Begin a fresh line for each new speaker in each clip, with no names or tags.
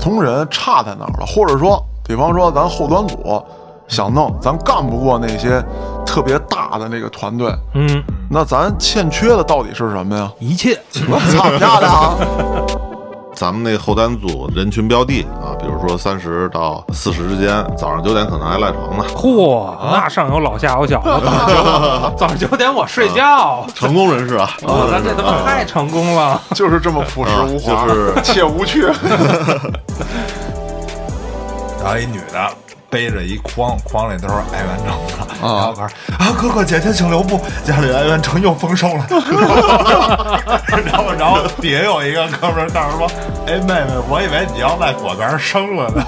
通人差在哪儿了，或者说，比方说咱后端组想弄，咱干不过那些特别大的那个团队，
嗯，
那咱欠缺的到底是什么呀？
一切
我操你丫的啊！
咱们那后单组人群标的啊，比如说三十到四十之间，早上九点可能还赖床呢。
嚯，那上有老下有小， 我早上九早上九点我睡觉，
成功人士啊，成
哦
功，
咱
人士
这他妈太成功了。
就是这么朴实无华，
就是
且无趣。
然后一女的背着一筐，筐里都是艾元城的，然后告诉啊哥哥姐姐请留步，家里艾元城又丰收了。 然后然后底下有一个哥们儿告诉说，哎妹妹，我以为你要在果园生了呢。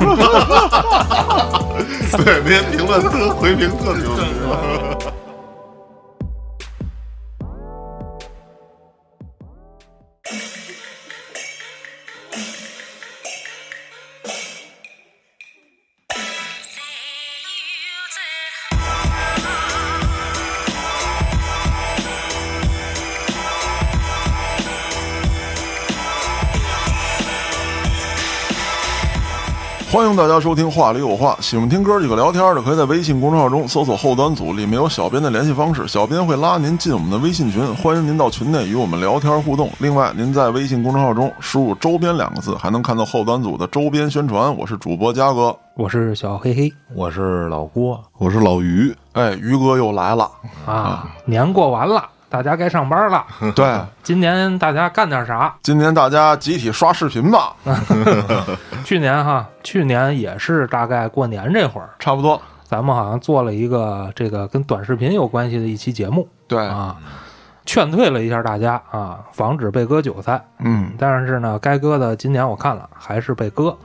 对，那些评论特回评特牛逼。
欢迎大家收听《话里有话》，喜欢听哥几个聊天的，可以在微信公众号中搜索“后端组”，里面有小编的联系方式，小编会拉您进我们的微信群，欢迎您到群内与我们聊天互动。另外，您在微信公众号中输入“周边”两个字，还能看到后端组的周边宣传。我是主播嘉哥，
我是小黑黑
我是老郭，
我是老于，
哎，于哥又来了，
啊，年过完了，大家该上班了。
嗯对。
今年大家干点啥？
今年大家集体刷视频吧，
去年哈，去年也是大概过年这会儿，
差不多。
咱们好像做了一个这个跟短视频有关系的一期节目
对，
啊，劝退了一下大家啊，防止被割韭菜。
嗯，
但是呢，该割的今年我看了还是被割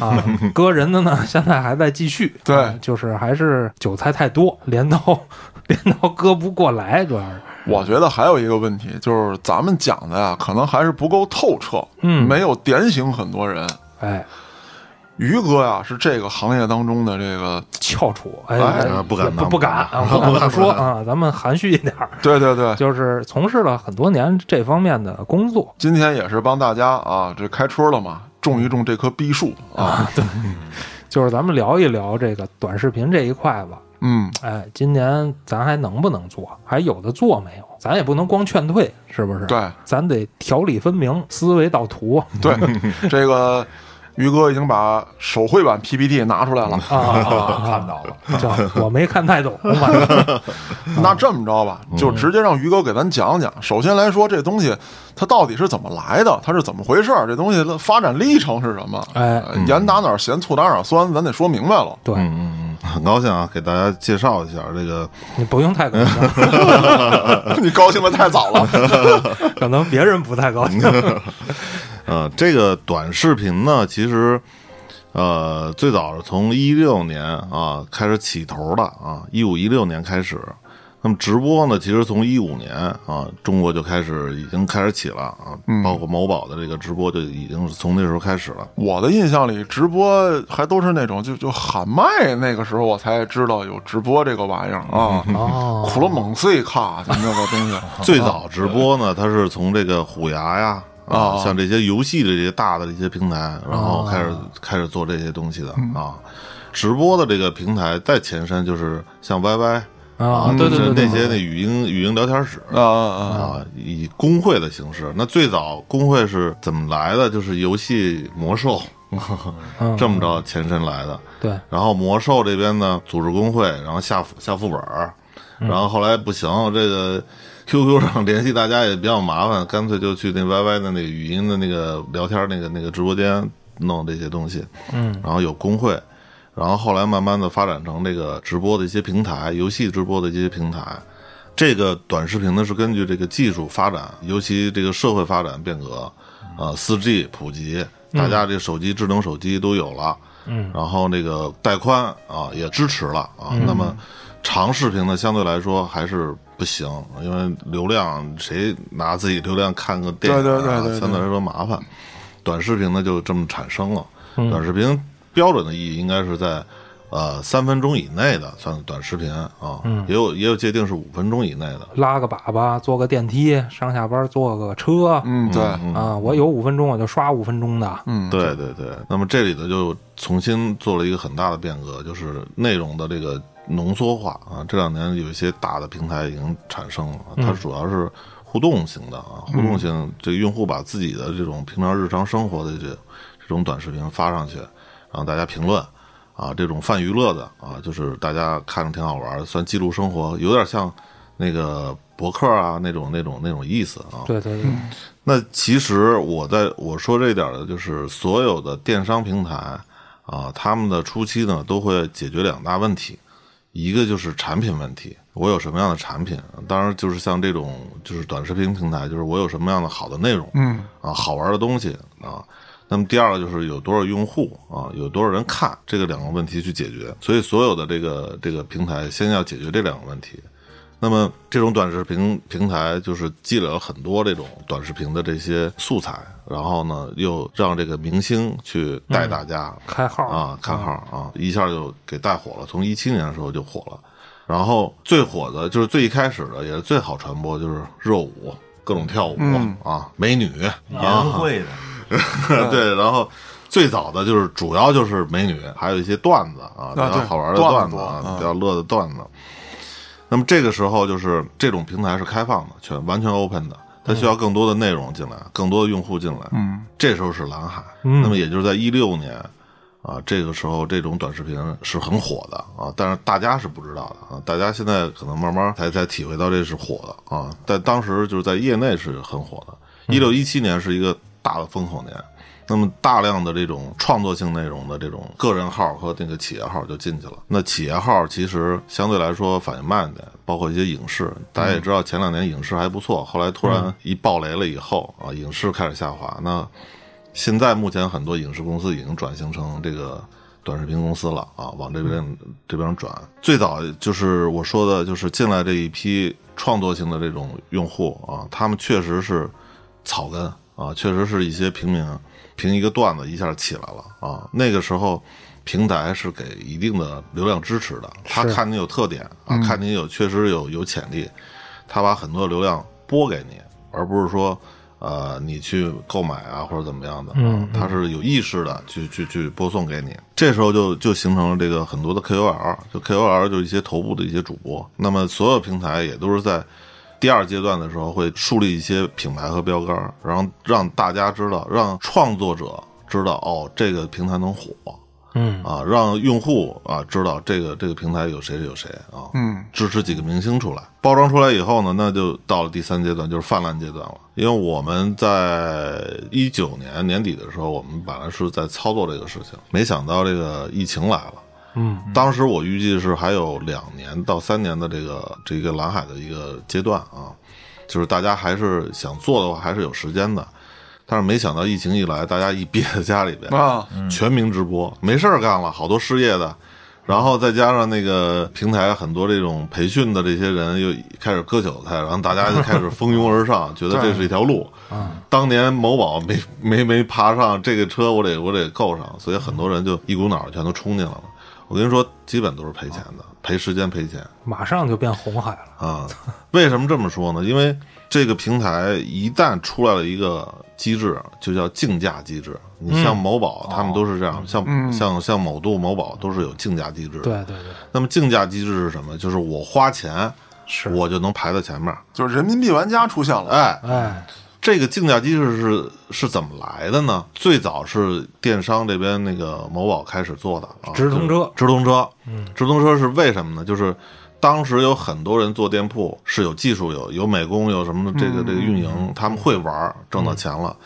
啊，割人的呢 现在还在继续，
对
啊就是还是韭菜太多， 镰刀镰刀割不过来，主要是
我觉得还有一个问题就是咱们讲的呀，可能还是不够透彻，
嗯
没有点醒很多人。
哎
于哥呀，是这个行业当中的这个，
翘楚，哎
哎
哎
不敢
不
当
不敢啊，不敢说啊，咱们含蓄一点儿，
对对对，
就是从事了很多年这方面的工作，
今天也是帮大家啊，这开春了嘛，种一种这棵逼树啊，
就是咱们聊一聊这个短视频这一块吧。
嗯，
哎，今年咱还能不能做？还有的做没有？咱也不能光劝退，是不是？
对
咱得条理分明，思维导图
对，这个于哥已经把手绘版 PPT 拿出来了。
啊
看
啊
到了，
啊！叫我没看太懂，反正
那这么着吧，就直接让于哥给咱讲讲。首先来说，这东西它到底是怎么来的，它是怎么回事儿？这东西的发展历程是什么？
哎
呃，盐打哪儿咸，醋打哪儿酸，咱得说明白了。
对，
嗯，很高兴啊，给大家介绍一下这个
你不用太高兴，
你高兴的太早了。
可能别人不太高兴。
呃，这个短视频呢，其实呃，最早是从一六年啊开始起头的啊，一五一六年开始。那么直播呢，其实从一五年啊，中国就开始已经开始起了啊，包括某宝的这个直播就已经是从那时候开始了。
我的印象里，直播还都是那种就就喊麦，那个时候我才知道有直播这个玩意儿啊。
哦，
苦了猛碎卡，就那个东西。
啊
最早直播呢，它是从这个虎牙呀啊
啊，
像这些游戏的这些大的这些平台，然
啊
后开始开始做这些东西的
嗯
啊。直播的这个平台再前身就是像 YY
啊，对对
就是
对对，嗯
那些那语音语音聊天室。
啊啊啊！
啊，以工会的形式。那最早工会是怎么来的？就是游戏魔兽
嗯
这么着前身来的。
对，
然后魔兽这边呢，组织工会，然后下副下副本儿，然后后来不行，这个 QQ 上联系大家也比较麻烦，干脆就去那 YY 的那个语音的那个聊天那个那个直播间弄这些东西，嗯，然后有工会，然后后来慢慢的发展成这个直播的一些平台，游戏直播的一些平台。这个短视频呢是根据这个技术发展，尤其这个社会发展变革，呃，四 G 普及，
嗯
大家这手机、智能手机都有了，嗯，然后那个带宽啊也支持了啊，
嗯
那么长视频呢相对来说还是不行，因为流量谁拿自己流量看个电影、啊，
对对对对对
相对来说麻烦。短视频呢就这么产生了。短视频标准的意义应该是在呃三分钟以内的算短视频啊，也有也有界定是五分钟以内的。
拉个粑粑，坐个电梯，上下班坐个车，
嗯，对，
啊，我有五分钟我就刷五分钟的，
嗯，
对对对，那么这里头就重新做了一个很大的变革，就是内容的这个浓缩化啊。这两年有一些大的平台已经产生了，它主要是互动型的啊，互动性，这个用户把自己的这种平常日常生活的这这种短视频发上去，然后大家评论啊，这种泛娱乐的啊，就是大家看着挺好玩，的，算记录生活，有点像那个博客啊那种那种那种意思啊。
对对对，
那其实我在我说这一点的，就是所有的电商平台啊，他们的初期呢都会解决两大问题，一个就是产品问题，我有什么样的产品？当然就是像这种就是短视频平台，就是我有什么样的好的内容，嗯，啊，好玩的东西啊。那么第二个就是有多少用户啊，有多少人看，这个两个问题去解决。所以所有的这个这个平台先要解决这两个问题。那么这种短视频平台就是积累了很多这种短视频的这些素材，然后呢又让这个明星去带大家、
开号
啊，看号啊，一下就给带火了。从一七年的时候就火了，然后最火的就是最一开始的也是最好传播，就是热舞，各种跳舞、啊，美女啊
宴会的，
对，然后最早的就是主要就是美女，还有一些段子啊，比较
对
好玩的
段子
子
多
啊
啊，
比较乐的段子。那么这个时候就是这种平台是开放的，全完全 open 的，它需要更多的内容进来，更多的用户进来。嗯，这时候是蓝海。那么也就是在一六年。啊，这个时候这种短视频是很火的啊，但是大家是不知道的啊，大家现在可能慢慢才才体会到这是火的啊，但当时就是在业内是很火的。一六一七年是一个大的风口年，那么大量的这种创作性内容的这种个人号和那个企业号就进去了。那企业号其实相对来说反应慢一点，包括一些影视，大家也知道前两年影视还不错，后来突然一爆雷了以后啊，影视开始下滑。那现在目前很多影视公司已经转型成这个短视频公司了啊，往这边这边转。最早就是我说的，就是进来这一批创作性的这种用户啊，他们确实是草根啊，确实是一些平民，凭一个段子一下起来了啊。那个时候。平台是给一定的流量支持的，他看你有特点啊，看你有确实有有潜力，他把很多流量拨给你，而不是说呃你去购买啊或者怎么样的，嗯，他是有意识的去去去播送给你。这时候就就形成了这个很多的 KOL，就 KOL 就是一些头部的一些主播。那么所有平台也都是在第二阶段的时候会树立一些品牌和标杆儿，然后让大家知道，让创作者知道哦这个平台能火。
嗯
啊，让用户啊知道这个这个平台有谁有谁啊，
嗯，
支持几个明星出来，包装出来以后呢，那就到了第三阶段，就是泛滥阶段了。因为我们在一九年年底的时候，我们本来是在操作这个事情，没想到这个疫情来了。
嗯，
当时我预计是还有两年到三年的这个这个蓝海的一个阶段啊，就是大家还是想做的话，还是有时间的。但是没想到疫情一来，大家一憋在家里 边
啊，
全民直播，没事儿干了，好多失业的，然后再加上那个平台很多这种培训的这些人又开始割韭菜，然后大家就开始蜂拥而上，觉得这是一条路。当年某宝没没没爬上这个车，我得我得够上，所以很多人就一股脑儿全都冲进来了。我跟你说，基本都是赔钱的，赔时间赔钱。
马上就变红海了，
啊、为什么这么说呢？因为这个平台一旦出来了一个机制，就叫竞价机制。你像某宝，他们都是这样，像、像像某度、某宝都是有竞价机制。
嗯对，对对，
那么竞价机制是什么？就是我花钱，
是
我就能排在前面。
就是人民币玩家出现了，
哎，
哎，
这个竞价机制是是怎么来的呢？最早是电商这边那个某宝开始做的，啊、
直通车
直通车，嗯，直通车是为什么呢？就是当时有很多人做店铺是有技术，有有美工，有什么的这个这个运营，他们会玩儿，挣到钱了。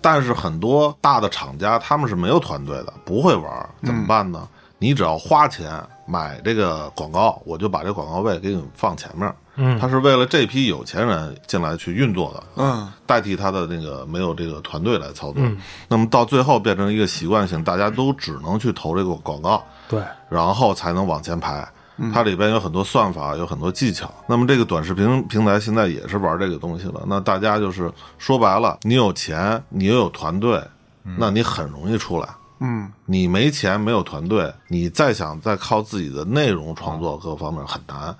但是很多大的厂家他们是没有团队的，不会玩儿，怎么办呢？你只要花钱买这个广告，我就把这广告位给你放前面儿。
嗯
他是为了这批有钱人进来去运作的，
嗯，
代替他的那个没有这个团队来操作。那么到最后变成一个习惯性，大家都只能去投这个广告，
对，
然后才能往前排。它里边有很多算法，有很多技巧。那么这个短视频平台现在也是玩这个东西了。那大家就是说白了，你有钱，你又有团队，那你很容易出来。
嗯，
你没钱，没有团队，你再想再靠自己的内容创作各方面很难。
嗯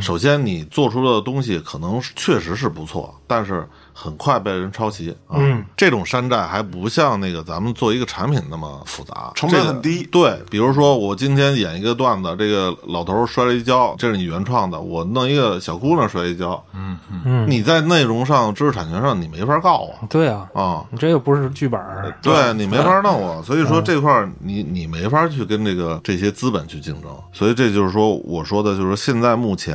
首先，你做出的东西可能是确实是不错，但是很快被人抄袭啊。
嗯
这种山寨还不像那个咱们做一个产品那么复杂，
成本
这个
很低
对，比如说我今天演一个段子，这个老头儿摔了一跤，这是你原创的，我弄一个小姑娘摔一跤，嗯嗯，你在内容上、知识产权上你没法告啊
对啊，
嗯
啊。嗯
你这又不是剧本儿，
对嗯你没法弄我，所以说这块儿你你没法去跟这个这些资本去竞争，所以这就是说我说的，就是现在目前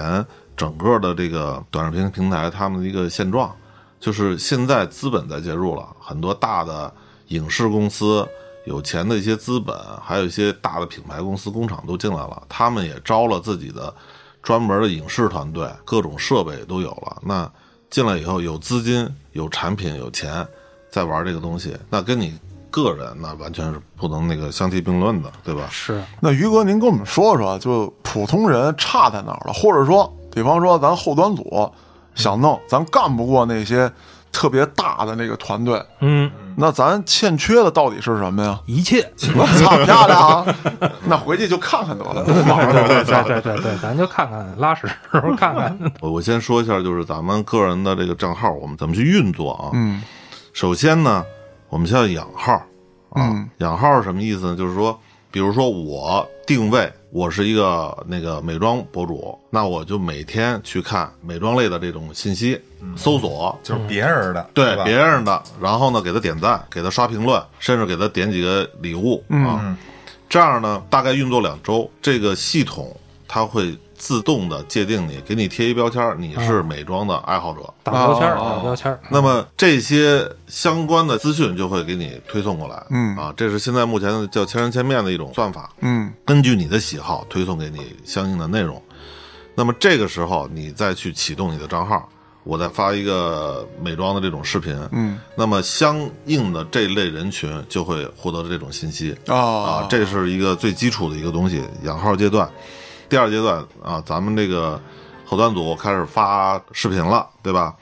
整个的这个短视频平台他们的一个现状，就是现在资本在介入了，很多大的影视公司、有钱的一些资本，还有一些大的品牌公司、工厂都进来了，他们也招了自己的专门的影视团队，各种设备都有了。那进来以后有资金、有产品、有钱，在玩这个东西，那跟你个人那完全是不能那个相提并论的，对吧？
是
那于哥，您跟我们说说，就普通人差在哪儿了？或者说，比方说咱后端组想弄，咱干不过那些特别大的那个团队，
嗯，？
那咱欠缺的到底是什么呀
一切，
我操，漂亮啊！那回去就看看得了，网上哦
对
有
对对对对，咱就看看拉屎时候看看，
我我先说一下，就是咱们个人的这个账号，我们怎么去运作啊？嗯，首先呢，我们先要养号啊。养号是什么意思呢？就是说，比如说我定位我是一个那个美妆博主，那我就每天去看美妆类的这种信息，搜索。
就是别人的，
对
吧
别人的，然后呢，给他点赞，给他刷评论，甚至给他点几个礼物
嗯
啊。这样呢，大概运作两周，这个系统它会自动的界定你，给你贴一标签儿，你是美妆的爱好者。
嗯
打标签儿，
哦哦哦
打标签儿，
那么这些相关的资讯就会给你推送过来，
嗯
啊，这是现在目前的叫千人千面的一种算法，
嗯
根据你的喜好推送给你相应的内容。那么这个时候你再去启动你的账号，我再发一个美妆的这种视频，
嗯
那么相应的这类人群就会获得这种信息啊
啊，，
这是一个最基础的一个东西，养号阶段。第二阶段啊，咱们这个后端组开始发视频了，对吧？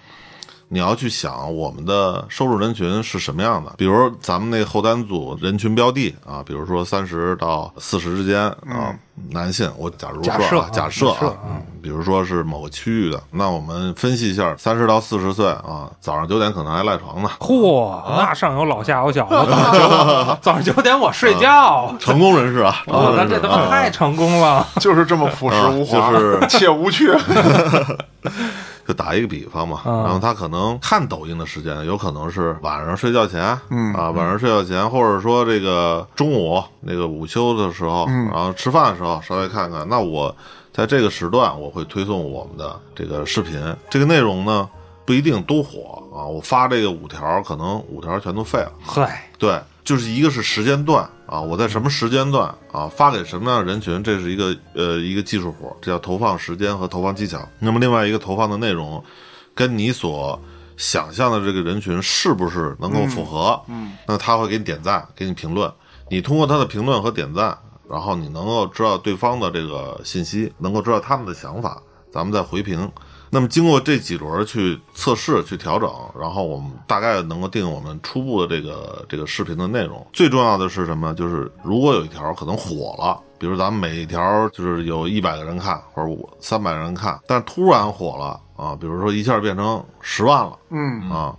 你要去想我们的收入人群是什么样的，比如咱们那后端组人群标的啊，比如说三十到四十之间啊，男性，我假如
嗯
说
假设啊
啊假设
假设
啊
啊，
嗯比如说是某个区域的，那我们分析一下，三十到四十岁啊，早上九点可能还赖床呢，
嚯，那上有老下有小，我早上九 早上九点我睡觉，
成功人士啊，
哦
成
哇，
功
咱
人
哦这
士
他
啊
妈太成功了，
就是这么朴实无华，
啊就是
且无趣。
就打一个比方嘛，
嗯
然后他可能看抖音的时间，有可能是晚上睡觉前，嗯啊，晚上睡觉前，或者说这个中午那个午休的时候，然后吃饭的时候稍微看看。那我在这个时段，我会推送我们的这个视频，这个内容呢不一定都火啊，我发这个五条，可能五条全都废了。
嗨，
对，就是一个是时间段啊，我在什么时间段啊发给什么样的人群，这是一个呃一个技术活，这叫投放时间和投放技巧。那么另外一个投放的内容，跟你所想象的这个人群是不是能够符合？嗯，那他会给你点赞，给你评论，你通过他的评论和点赞，然后你能够知道对方的这个信息，能够知道他们的想法，咱们再回评。那么经过这几轮去测试、去调整，然后我们大概能够定我们初步的这个这个视频的内容。最重要的是什么？就是如果有一条可能火了，比如咱们每一条就是有一百个人看，或者我三百人看，但是突然火了啊，比如说一下变成十万了
嗯
啊，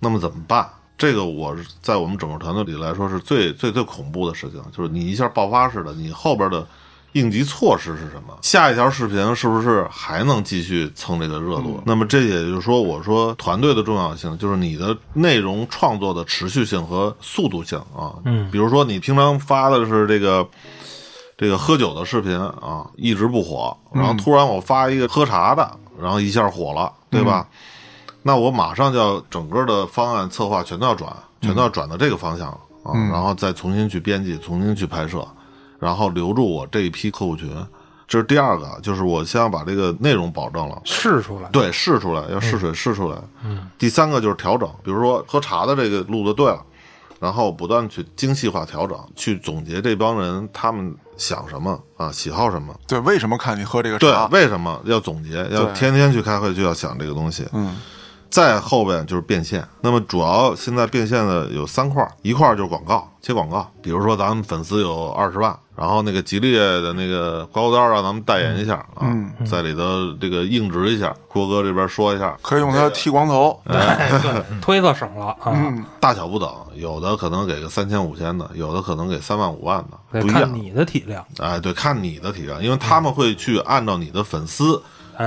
那么怎么办？这个我是在我们整个团队里来说是最最最恐怖的事情，就是你一下爆发式的，你后边的应急措施是什么？下一条视频是不是还能继续蹭这个热度？那么这也就是说，我说团队的重要性，就是你的内容创作的持续性和速度性啊。嗯，比如说你平常发的是这个。这个喝酒的视频啊，一直不火，然后突然我发一个喝茶的，然后一下火了，对吧？那我马上就要整个的方案策划全都要转，全都要转到这个方向了、啊，然后再重新去编辑，重新去拍摄，然后留住我这一批客户群。这是第二个，就是我先要把这个内容保证了，
试出来，
对，试出来要试水试出来。嗯，第三个就是调整，比如说喝茶的这个路子对了，然后不断去精细化调整，去总结这帮人他们想什么啊，喜好什么，
对，为什么看你喝这个
对
茶，？
为什么要总结？要
对
天天去开会就要想这个东西。
嗯，
再后边就是变现。那么主要现在变现的有三块儿，一块儿就是广告，接广告。比如说咱们粉丝有二十万，然后那个吉列的那个刮胡刀让咱们代言一下啊，在里头这个硬植一下，郭哥这边说一下，
可以用它剃光头。
哎
嗯
对，推子省了啊，
大小不等，有的可能给个三千五千的，有的可能给三万五万
得
的，不一样
看。你的体量。
哎，对，看你的体量，因为他们会去按照你的粉丝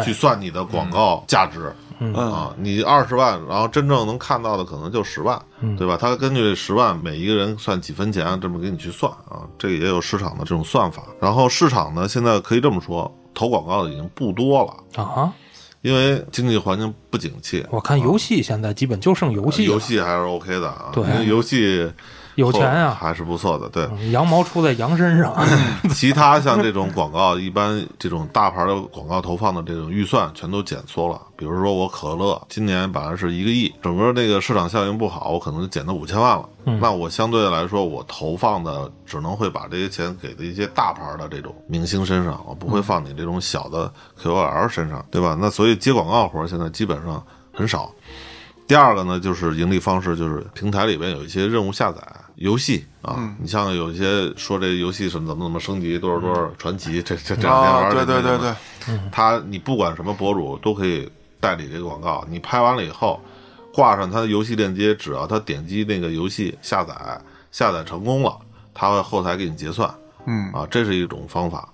去算你的广告价值。
嗯
嗯
啊，你二十万，然后真正能看到的可能就十万，
嗯
对吧？他根据十万每一个人算几分钱，这么给你去算啊，这个也有市场的这种算法。然后市场呢，现在可以这么说，投广告的已经不多了，
啊，
因为经济环境不景气，
我看游戏现在基本就剩游戏了，啊
游戏还是 OK 的啊，
对
因为游戏
有钱啊嗯
还是不错的，对。
羊毛出在羊身上，
嗯
其他像这种广告，一般这种大牌的广告投放的这种预算全都减缩了。比如说我可乐今年本来是一个亿，整个那个市场效应不好，我可能就减到五千万了。那我相对来说，我投放的只能会把这些钱给的一些大牌的这种明星身上，我不会放你这种小的 KOL 身上，对吧？那所以接广告活儿现在基本上很少。第二个呢，就是盈利方式，就是平台里边有一些任务下载游戏啊，
嗯
你像有一些说这游戏什么怎么怎么升级，多少多少传奇，这这这两天玩
啊，
儿
对
这
对对
这
对，
他你不管什么博主都可以代理这个广告，你拍完了以后挂上他的游戏链接，只要他点击那个游戏下载，下载成功了，他会后台给你结算。
嗯
啊，这是一种方法，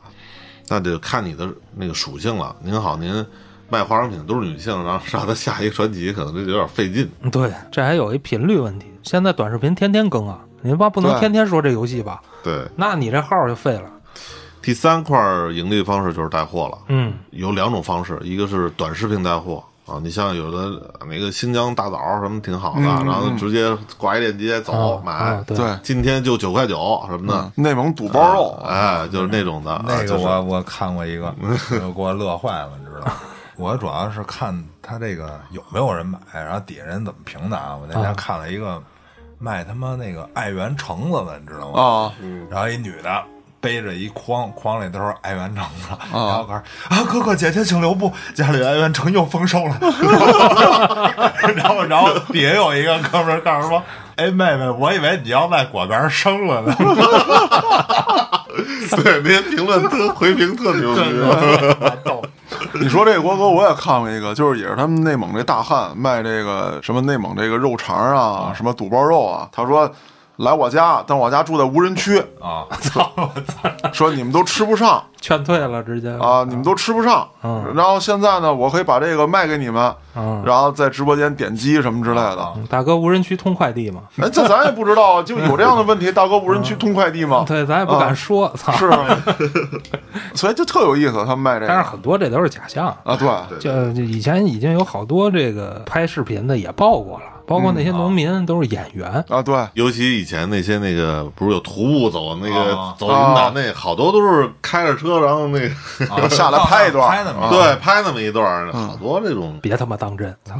那得看你的那个属性了。您好，您卖化妆品都是女性，然后让他下一个传奇，可能这有点费劲。
嗯对，这还有一频率问题。现在短视频天天更啊，您吧不能
对
天天说这游戏吧，
对，
那你这号就废了。
第三块儿盈利方式就是带货了。
嗯，
有两种方式，一个是短视频带货啊，你像有的那个新疆大枣什么挺好的，然后直接挂一链接走、
啊
买、
啊对
对
今天就九块九什么的，
内蒙肚包肉，
哎，就是那种的，啊
嗯那
就
个
是
我我看过一个，呃给我乐坏了，你知道吗？我主要是看他这个有没有人买，然后底下人怎么评的啊。我那
啊
天看了一个卖他妈那个爱媛橙子的，你知道吗？
啊，
然后一女的背着一筐，筐里都是爱媛橙子，然后开始啊，哥哥姐姐请留步，家里爱媛橙又丰收 了。然后然后底下有一个哥们儿告诉说，哎妹妹，我以为你要在果园生 了呢。
对，那些评论特回评特牛逼。
你说这个郭哥，我也看过一个，就是也是他们内蒙这大汉卖这个什么内蒙这个肉肠啊，什么肚包肉啊，他说来我家，但我家住在无人 区，
啊，操！我操！
说你们都吃不上
劝退了直接。
啊，你们都吃不上。
嗯
然后现在呢，我可以把这个卖给你们，
嗯
然后在直播间点击什么之类的。
大哥，无人区通快递嘛？
哎，这咱也不知道，就有这样的问题，大哥无人区通快递
哦
吗？
嗯对，咱也不敢说，操、
是啊， 所以就特有意思，他们卖这个
但是很多这都是假象。
哦
啊，对，
就呃以前已经有好多这个拍视频的也爆过了，包括那些
嗯哦
农民都是演员，
啊对，
尤其以前那些那个不是有徒步走那个、
啊
走云南那好多都是开着车，然后那个、
啊
下来拍一段
拍那么一段
对拍那么一段儿，
嗯
好多这种
别他妈当真，操！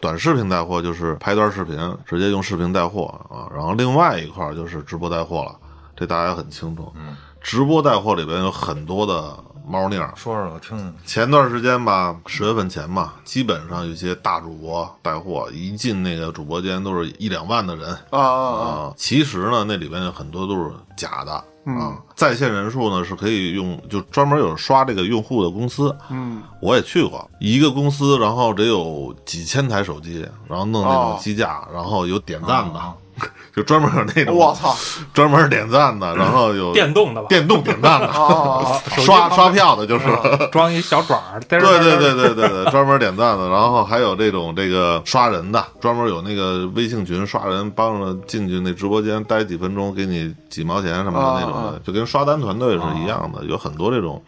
短视频带货就是拍段视频，直接用视频带货啊。然后另外一块儿就是直播带货了，这大家很清楚。嗯，直播带货里边有很多的猫腻儿。
说说我听听。
前段时间吧，十月份前吧，基本上有些大主播带货，一进那个主播间都是一两万的人
啊啊啊，
啊。其实呢，那里边有很多都是假的。啊，在线人数呢是可以用，就专门有刷这个用户的公司，
嗯，
我也去过一个公司，然后得有几千台手机，然后弄那种机架，然后有点赞的， 就专门有那种
我操
专门点赞的，然后有
电动的吧，
哦 电动点赞的，
啊，
刷刷票的，就是。
装一小爪儿，对
对对对对对对，专门点赞的，然后还有这种这个刷人的，专门有那个微信群刷人，帮着进去那直播间待几分钟，给你几毛钱什么的那种
啊
的，就跟刷单团队是一样的，有很多这种。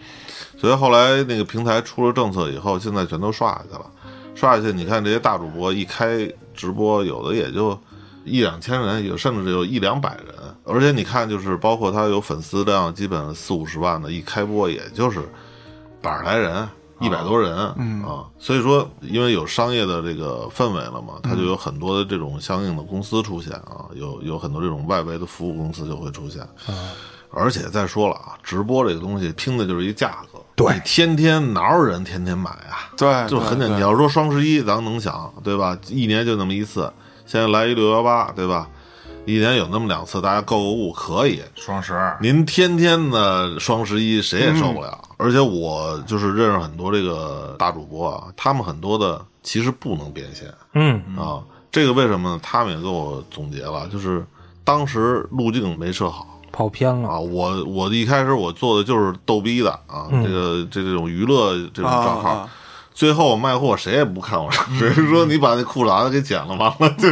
所以后来那个平台出了政策以后，现在全都刷下去了，刷下去，你看这些大主播一开直播，有的也就。一两千人，有甚至有一两百人，而且你看，就是包括他有粉丝量，基本四五十万的，一开播也就是百十来人，一百多人，嗯啊，所以说，因为有商业的这个氛围了嘛，
嗯
它就有很多的这种相应的公司出现啊，有有很多这种外围的服务公司就会出现，而且再说了啊，直播这个东西拼的就是一价格，
对
你天天哪有人天天买啊？
对，
就很简单。
哎对
你，要说双十一，咱能想对吧？一年就那么一次，现在来一六幺八，对吧？一年有那么两次，大家购购物可以。
双十，
您天天的双十一谁也受不了，
嗯
而且我就是认识很多这个大主播啊，他们很多的其实不能变现
嗯
啊。这个为什么呢？他们也给我总结了，就是当时路径没设好，
跑偏了
啊，，我我一开始我做的就是逗逼的啊，这个这这种娱乐这种
啊
账号，
啊
最后我卖货谁也不看我 上，谁说你把那裤衩子给剪了，完了就、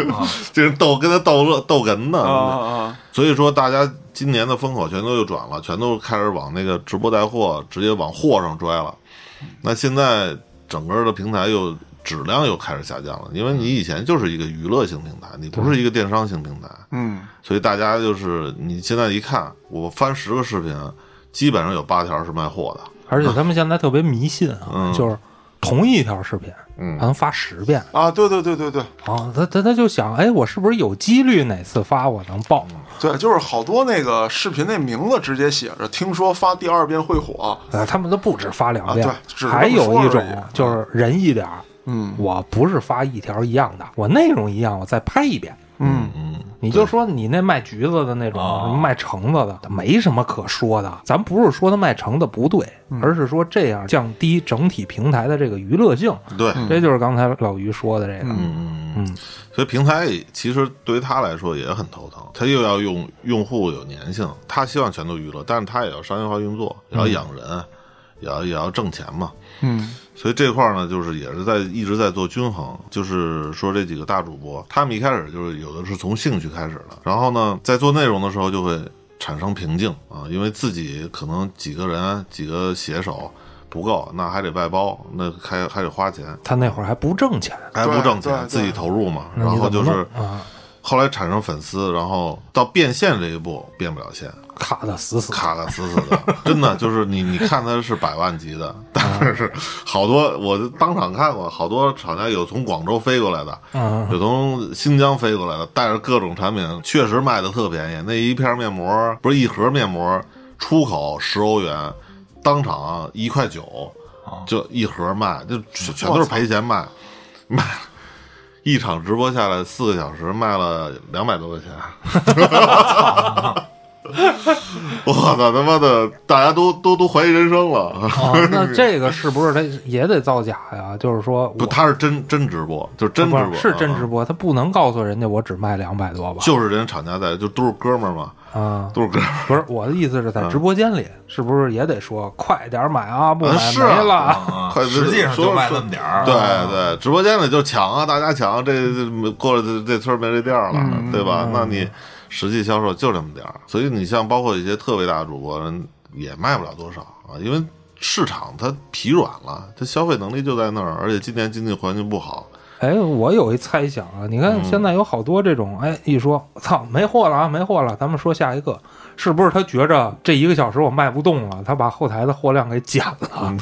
就是逗跟他逗乐逗哏呢。
啊啊啊！
所以说大家今年的风口全都又转了，全都开始往那个直播带货，直接往货上拽了。那现在整个的平台又质量又开始下降了，因为你以前就是一个娱乐性平台，你不是一个电商性平台。
嗯，
所以大家就是你现在一看，我翻十个视频，基本上有八条是卖货的。
而且他们现在特别迷信啊，就是同一条视频，
嗯
还能发十遍
啊，对对对对对
啊，他他他就想，哎，我是不是有几率哪次发我能爆？
嗯
对，就是好多那个视频那名字直接写着，听说发第二遍会火，
呃，他们都不止发两遍，
啊对只是
还
这么说
有一种
而已啊
就是仁义点儿。
嗯
我不是发一条一样的，我内容一样，我再拍一遍。
嗯，
嗯，
你就说你那卖橘子的那种，
哦
什么卖橙子的，没什么可说的。咱不是说他卖橙子不对，
嗯
而是说这样降低整体平台的这个娱乐性。
对，
嗯
这就是刚才老于说的这个，
嗯
嗯，
所以平台其实对于他来说也很头疼，他又要用用户有粘性，他希望全都娱乐，但是他也要商业化运作，也要养人，也要也要挣钱嘛。
嗯，
所以这块儿呢，就是也是在一直在做均衡，就是说这几个大主播，他们一开始就是有的是从兴趣开始的，然后呢，在做内容的时候就会产生瓶颈啊，因为自己可能几个人几个写手不够，那还得外包，那还还得花钱，
他那会儿还不挣钱，
还不挣
对
钱，
对
自己投入嘛，
那
然
你
后
怎
就
么
是
弄啊，
后来产生粉丝，然后到变现这一步变不了现，
卡的死死的。
卡的死死的，真的就是你，你看他是百万级的，但是好多我就当场看过，好多厂家有从广州飞过来的，
嗯，
有从新疆飞过来的，带着各种产品，确实卖的特便宜。那一片面膜不是一盒面膜，出口十欧元，当场一块九，
啊
就一盒卖，就全全都是赔钱卖，卖。一场直播下来四个小时卖了两百多块钱， 我操他妈的，大家都都都怀疑人生了。
啊， 那这个是不是他也得造假呀？就是说我，
不，他是真真直播，就是真直
啊不
播，啊
是是真直
播，
播，他不能告诉人家我只卖两百多吧？
就是人家厂家在，就都是哥们儿嘛，
啊，
都是哥们儿。
不是我的意思是
嗯
在直播间里，是不是也得说快点买啊，不
啊
买
是
没
啊
了啊？
啊
快
实际上
说
就卖
说
那么点儿，
对对，直播间里就抢啊，大家抢啊，这这过了这这村儿没这店儿了，对吧？那你实际销售就这么点儿，所以你像包括一些特别大的主播人也卖不了多少啊，因为市场它疲软了，它消费能力就在那儿，而且今年经济环境不好，
哎，我有一猜想啊，你看现在有好多这种，哎，一说操没货了啊，没货了，咱们说下一个，是不是他觉着这一个小时我卖不动了，他把后台的货量给减了？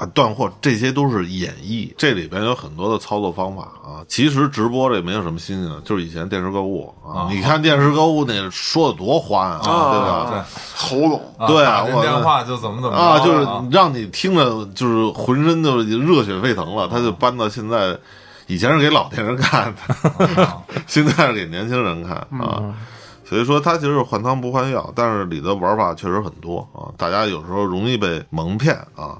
啊，断货这些都是演绎，这里边有很多的操作方法啊。其实直播这没有什么新鲜的，就是以前电视购物啊，你看电视购物那说的多欢啊，对吧？
啊，侯总，
啊
对啊
打这
我
电话就怎么怎么着
啊，就是
啊
让你听着就是浑身就热血沸腾了。他就搬到现在，以前是给老年人看 的，现在是给年轻人看
嗯
啊。所以说，它其实是换汤不换药，但是里的玩法确实很多啊。大家有时候容易被蒙骗啊，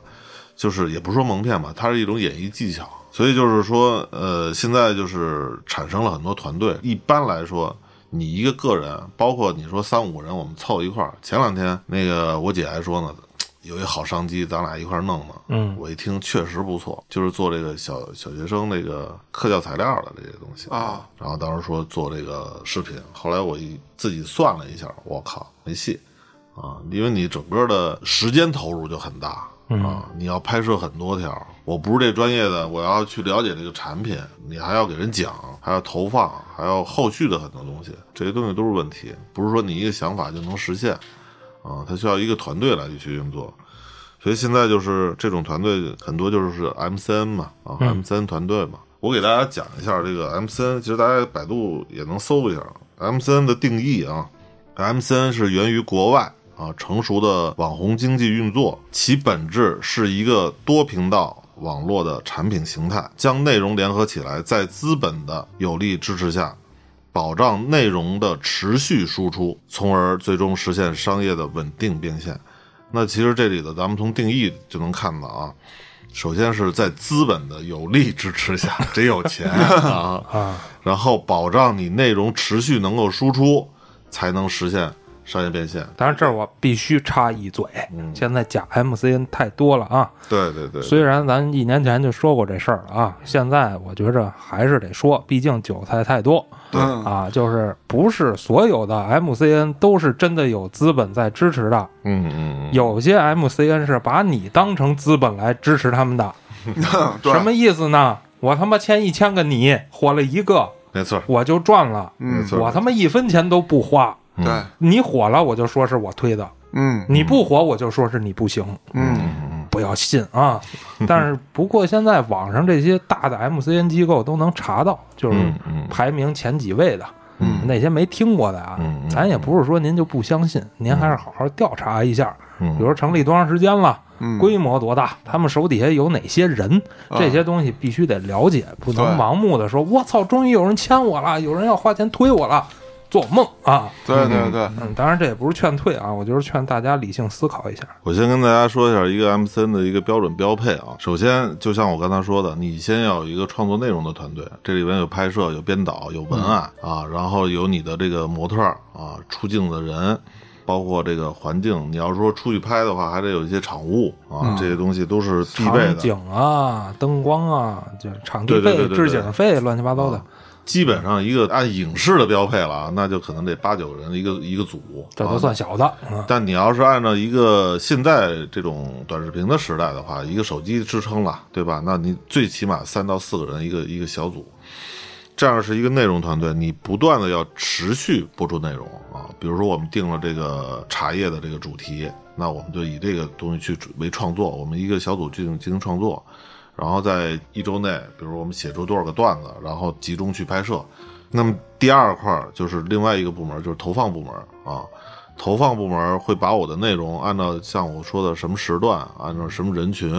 就是也不说蒙骗吧，它是一种演绎技巧。所以就是说，呃，现在就是产生了很多团队。一般来说，你一个个人，包括你说三五个人，我们凑一块儿。前两天那个我姐还说呢，有一好商机，咱俩一块儿弄弄。
嗯
我一听确实不错，就是做这个小小学生那个课教材料的这些东西
啊。
然后当时说做这个视频，后来我一自己算了一下，我靠，没戏啊！因为你整个的时间投入就很大啊，你要拍摄很多条。我不是这专业的，我要去了解这个产品，你还要给人讲，还要投放，还有后续的很多东西，这些东西都是问题，不是说你一个想法就能实现啊，它需要一个团队来去运作。所以现在就是这种团队很多就是 MCN 嘛，啊、m c n 团队嘛。我给大家讲一下这个 MCN，其实大家百度也能搜一下 MCN 的定义啊。MCN 是源于国外啊，成熟的网红经济运作，其本质是一个多频道网络的产品形态，将内容联合起来，在资本的有力支持下，保障内容的持续输出，从而最终实现商业的稳定变现。那其实这里的咱们从定义就能看到啊，首先是在资本的有力支持下， 得有钱啊，
啊，
然后保障你内容持续能够输出，才能实现商业变现。
当然这儿我必须插一嘴，
嗯
现在假 MCN 太多了啊。
对对对，
虽然咱一年前就说过这事儿了啊，现在我觉着还是得说，毕竟韭菜太多。
嗯
啊，就是不是所有的 MCN 都是真的有资本在支持的，
嗯嗯嗯，
有些 MCN 是把你当成资本来支持他们的，
对
什么意思呢？我他妈签一千个你，火了一个，
没错儿，
我就赚了，
嗯没错儿，
我他妈一分钱都不花。
对，
你火了，我就说是我推的；
嗯
你不火，我就说是你不行。
嗯，
不要信 啊！但是不过现在网上这些大的 MCN 机构都能查到，就是
嗯嗯
排名前几位的，
嗯
那些没听过的啊
嗯嗯，
咱也不是说您就不相信，您还是好好调查一下，
嗯
比如成立多长时间了。规模多大？他们手底下有哪些人？这些东西必须得了解，不能
对
盲目的说“我操，终于有人签我了，有人要花钱推我了”，做梦啊！
对对对，
嗯，当然这也不是劝退啊，我就是劝大家理性思考一下。
我先跟大家说一下一个 MCN 的一个标准标配啊。首先，就像我刚才说的，你先要有一个创作内容的团队，这里边有拍摄、有编导、有文案、
嗯
啊，然后有你的这个模特儿啊、出镜的人，包括这个环境。你要说出去拍的话，还得有一些场务啊，这些东西都是必备
嗯场
的。
景啊、灯光啊、就场地费、
对对对对啊
置景费，乱七八糟的，
基本上一个按影视的标配了啊，那就可能得八九个人一个一个组，
这
啊
都算小的。嗯
但你要是按照一个现在这种短视频的时代的话，一个手机支撑了，对吧？那你最起码三到四个人一个一个小组，这样是一个内容团队，你不断的要持续播出内容啊。比如说我们定了这个茶叶的这个主题，那我们就以这个东西去主为创作，我们一个小组进行进行创作，然后在一周内，比如我们写出多少个段子，然后集中去拍摄。那么第二块儿就是另外一个部门，就是投放部门啊。投放部门会把我的内容按照像我说的什么时段，按照什么人群，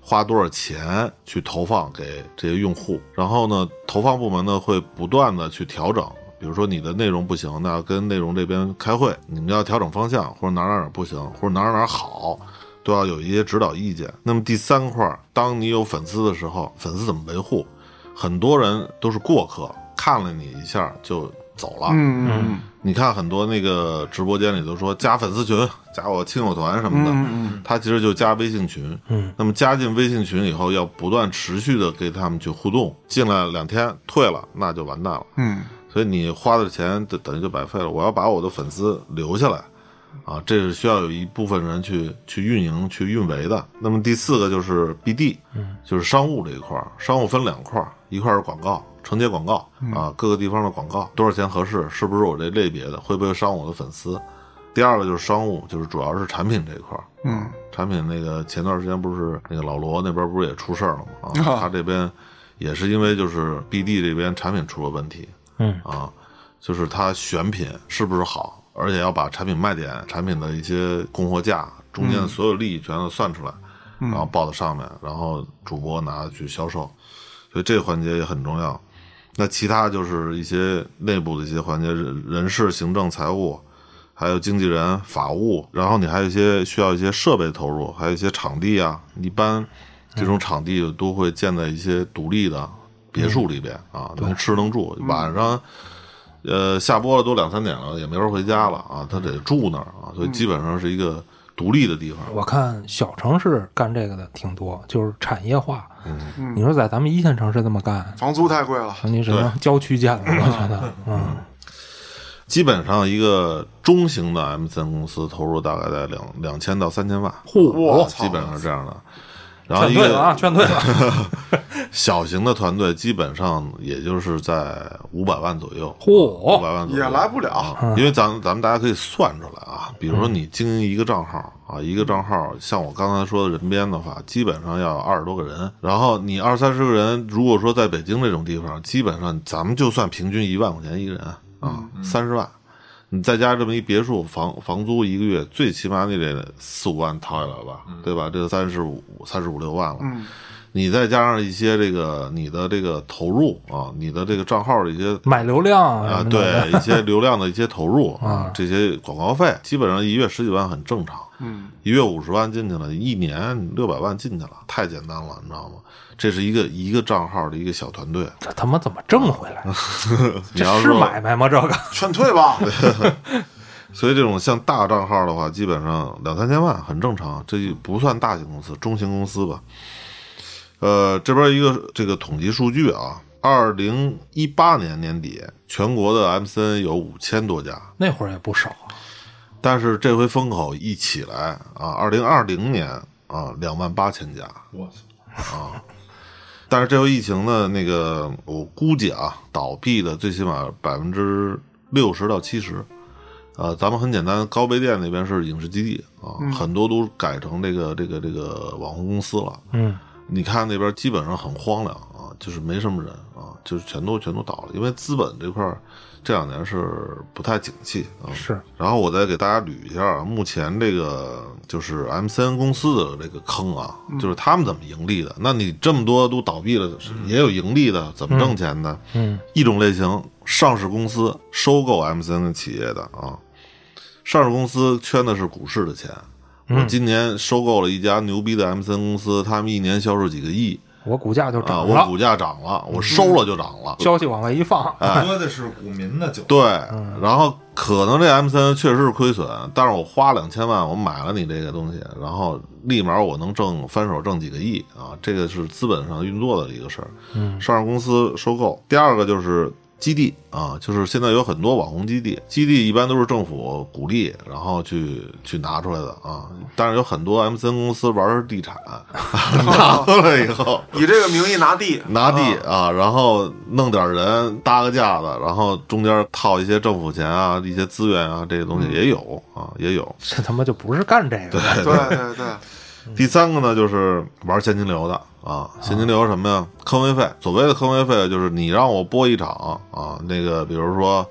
花多少钱去投放给这些用户。然后呢，投放部门呢会不断的去调整，比如说你的内容不行，那跟内容这边开会，你们要调整方向，或者哪儿哪儿哪儿不行，或者哪儿哪儿好，都要有一些指导意见。那么第三块儿，当你有粉丝的时候，粉丝怎么维护？很多人都是过客，看了你一下就走了。
嗯嗯
你看很多那个直播间里都说加粉丝群、加我亲友团什么
嗯
的，他其实就加微信群。
嗯，
那么加进微信群以后，要不断持续的跟他们去互动，进来两天退了，那就完蛋了。
嗯
所以你花的钱就等于就白费了。我要把我的粉丝留下来，啊，这是需要有一部分人去去运营、去运维的。那么第四个就是 BD，就是商务这一块儿，商务分两块儿，一块儿是广告。承接广告啊，各个地方的广告多少钱合适？是不是我这类别的？会不会伤我的粉丝？第二个就是商务，就是主要是产品这一块儿。
嗯
产品那个前段时间不是那个老罗那边不是也出事儿了吗？啊，
啊
他这边也是因为就是 BD 这边产品出了问题，
嗯
啊，就是他选品是不是好，而且要把产品卖点、产品的一些供货价、中间的所有利益全都算出来，然后报到上面，然后主播拿去销售，所以这个环节也很重要。那其他就是一些内部的一些环节，人人事、行政、财务，还有经纪人、法务，然后你还有一些需要一些设备投入，还有一些场地啊。一般这种场地都会建在一些独立的别墅里边、啊，能吃能住。晚上，呃，下播了都两三点了，也没法回家了啊，他得住那儿啊，所以基本上是一个独立的地方。
我看小城市干这个的挺多，就是产业化。
嗯
你说在咱们一线城市这么干，
房租太贵了，
你只能郊区见了，我觉 得，嗯，
基本上一个中型的 MCN 公司投入大概在两两千到三千万，
我
哇，
操
基本上是这样的。然后
劝
一
退
个
了啊，劝退了。
小型的团队基本上也就是在五百万左右，啊五百
嚯，
万左
也
右
来不了。
啊，因为咱们咱们大家可以算出来啊，比如说你经营一个账号啊，一个账号像我刚才说的人编的话，基本上要二十多个人，然后你二三十个人，如果说在
嗯
北京这种地方，基本上咱们就算平均一万块钱一个人啊，三十万，你再加这么一别墅房房租一个月，最起码你得四五万掏下来吧，对吧？这三十五三十五六万了，你再加上一些这个你的这个投入啊，你的这个账号的一些
买流量啊
啊，
什么的
对一些流量的一些投入啊，这些广告费，基本上一月十几万很正常。嗯，一月五十万进去了，一年六百万进去了，太简单了，你知道吗？这是一个一个账号的一个小团 队。
这他妈怎么挣回来？
啊你
这
要
是
说
买卖吗？这个
劝退 吧。
所以这种像大账号的话，基本上两三千万很正常，这就不算大型公司，中型公司吧。呃，这边一个这个统计数据啊，二零一八年年底，全国的 MCN 有五千多家，
那会儿也不少啊，
但是这回风口一起来啊，二零二零年啊，两万八千家。
我操，
但是这回疫情呢，那个我估计啊，倒闭的最起码百分之六十到七十。呃，咱们很简单，高碑店那边是影视基地啊，很多都改成这个这个这个网红公司了。
嗯，
你看那边基本上很荒凉啊，就是没什么人啊，就是全都全都倒了，因为资本这块儿这两年是不太景气啊。
是
然后我再给大家捋一下，啊目前这个就是 MCN 公司的这个坑啊，
嗯
就是他们怎么盈利的？那你这么多都倒闭了，也有盈利的，怎么挣钱的？
嗯，
一种类型，上市公司收购 MCN 的企业的啊，上市公司圈的是股市的钱。
嗯
我今年收购了一家牛逼的 MCN 公司，他们一年销售几个亿
我股价就
啊，
涨
我
了，
股价涨了，我收了就涨了。
消息往外一放，
哎
喝的是股民的酒，
对，然后可能这 M 三确实是亏损，但是我花两千万，我买了你这个东西，然后立马我能挣翻手挣几个亿啊，这个是资本上运作的一个事儿。嗯，上市公司收购。第二个就是基地啊，就是现在有很多网红基地，基地一般都是政府鼓励，然后去去拿出来的啊，但是有很多 M 三公司玩的是地产， 拿出来以后。
以这个名义拿地，
拿地啊，然后弄点人搭个架子，然后中间套一些政府钱啊、一些资源啊，这些东西也有啊，也有。
这他妈就不是干这个的，
对对对，
第三个呢，就是玩现金流的啊，现金流是什么呀？坑位费。所谓的坑位费，就是你让我播一场啊，那个比如说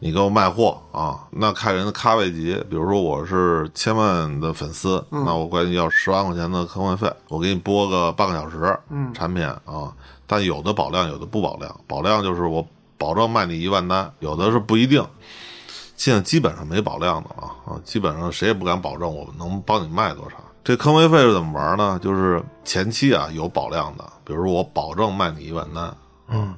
你给我卖货啊，那看人的咖位级，比如说我是千万的粉丝，那我管你要十万块钱的坑位费，我给你播个半个小时，嗯，产品啊，但有的保量，有的不保量，保量就是我保证卖你一万单，有的是不一定。现在基本上没保量的了啊，基本上谁也不敢保证我能帮你卖多少。这坑位费是怎么玩呢？就是前期啊有保量的，比如说我保证卖你一万单，嗯，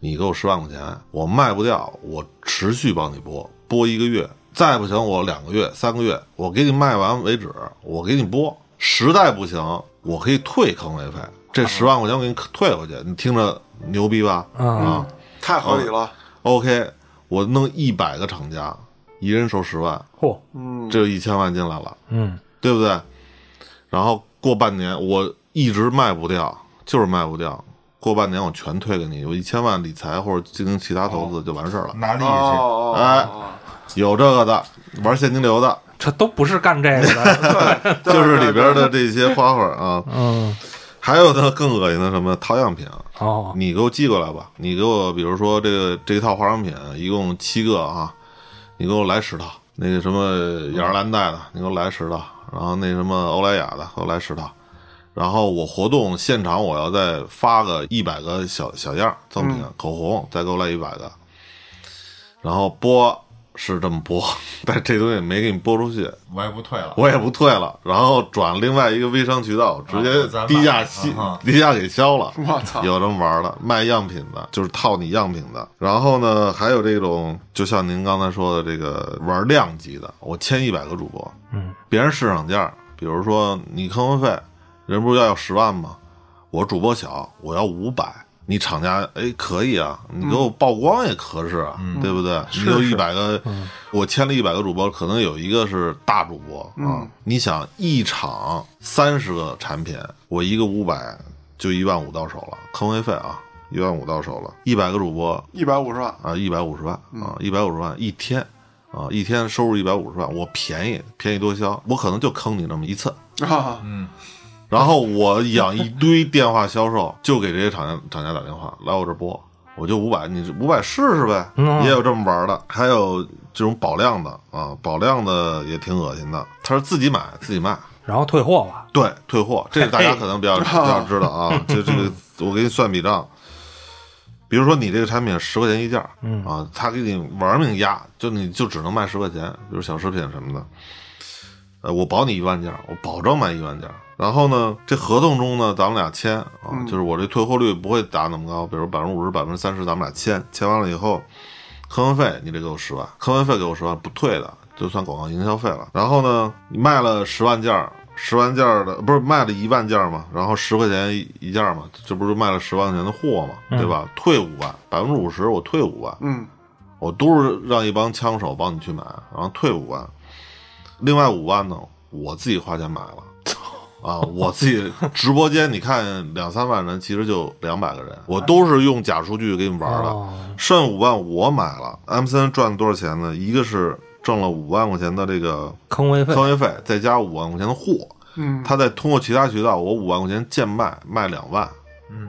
你给我十万块钱，我卖不掉，我持续帮你播，播一个月，再不行我两个月、三个月，我给你卖完为止，我给你播，实在不行我可以退坑位费，这十万块钱我给你退回去，你听着牛逼吧？啊
嗯，
太合理了。
OK，我弄一百个厂家，一人收十万，
嚯，
这就一千万进来了，
嗯，
对不对？然后过半年我一直卖不掉，就是卖不掉。过半年我全退给你，我一千万理财或者进行其他投资就完事儿了。
拿
哦
利息，
哦，
哎
哦，
有这个的，玩现金流的，
这都不是干这个的，
对
就是里边的这些花花啊。
嗯，
还有呢，更恶心的什么掏样品，啊
哦，
你给我寄过来吧。你给我，比如说这个这一套化妆品一共七个啊，你给我来十套。那个什么雅诗兰黛的，你给我来十套。然后那什么欧莱雅的，给我来十套。然后我活动现场我要再发个一百个小小样儿赠品、
嗯
口红，再给我来一百个。然后播是这么播， 但这东西没给你播出去，
我也不退了。
我也不退了。然后转另外一个微商渠道，直
啊
接
咱
低价
买
吸
啊哈
低价给销了。
我操，
有这么玩的，卖样品的，就是套你样品的。然后呢，还有这种，就像您刚才说的，这个玩量级的，我签一百个主播，
嗯，
别人市场价，比如说你坑费，人不是要要十万吗？我主播小，我要五百。你厂家哎可以啊，你给我曝光也合适啊，对不对？你有一百个，我签了一百个主播，可能有一个是大主播啊。你想一场三十个产品，我一个五百就一万五到手了，坑位费啊，一万五到手了，一百个主播
一百五十万，
啊，一百五十万啊，一百五十万一天啊，一天收入一百五十万，我便宜便宜多销，我可能就坑你那么一次，
啊，
然后我养一堆电话销售，就给这些厂家厂家打电话来我这播，我就五百，你五百试试呗，
嗯
也有这么玩的，还有这种保量的啊，保量的也挺恶心的。他是自己买自己卖，
然后退货吧。
对，退货，这个大家可能比较比较知道啊。就这个，我给你算笔账，比如说你这个产品十块钱一件儿，啊，他给你玩命压，就你就只能卖十块钱，比如小食品什么的。呃，我保你一万件儿，我保证卖一万件儿。然后呢，这合同中呢，咱们俩签啊，就是我这退货率不会打那么高，比如百分之五十、百分之三十，咱们俩签。签完了以后，坑完费你得给我十万，坑完费给我十万，不退的就算广告营销费了。然后呢，你卖了十万件儿，十万件儿的不是卖了一万件儿嘛，然后十块钱一一件儿嘛，这不是卖了十万块钱的货嘛，对吧？退五万，百分之五十我退五万，
嗯，
我都是让一帮枪手帮你去买，然后退五万，另外五万呢，我自己花钱买了。啊，我自己直播间，你看两三万人，其实就两百个人，我都是用假数据给你玩的，
哦
剩五万我买了。MCN 赚了多少钱呢？一个是挣了五万块钱的这个
坑位费
商业费，再加五万块钱的货，
嗯，
他再通过其他渠道，我五万块钱贱卖卖两万，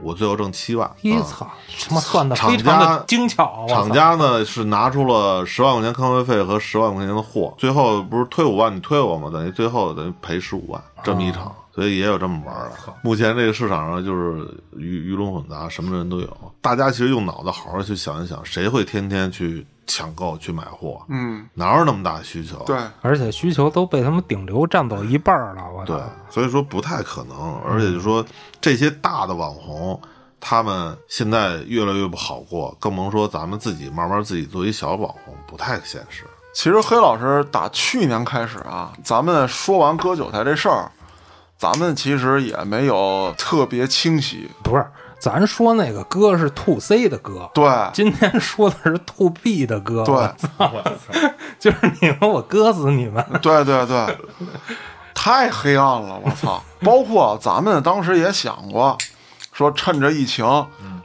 我最后挣七万。
一
啊
操，他妈算的
厂
非常的
家
精巧啊！
厂家呢是拿出了十万块钱坑位费和十万块钱的货，最后不是退五万，你退我吗？等于最后等于赔十五万，
啊
这么一场，所以也有这么玩儿的。目前这个市场上就是鱼鱼龙混杂，什么人都有。大家其实用脑子好好去想一想，谁会天天去抢购去买货？
嗯，
哪有那么大需求？啊
对，
而且需求都被他们顶流占走一半儿了，我操
对，所以说不太可能，而且就
嗯
说这些大的网红，他们现在越来越不好过，更甭说咱们自己慢慢自己做一小网红，不太现实。
其实黑老师打去年开始啊，咱们说完割韭菜这事儿，咱们其实也没有特别清晰。
不是，咱说那个歌是 to C 的歌，
对，
今天说的是 to B 的歌，
对，
就是你们我割死你们，
对对对，太黑暗了，我操！包括咱们当时也想过，说趁着疫情，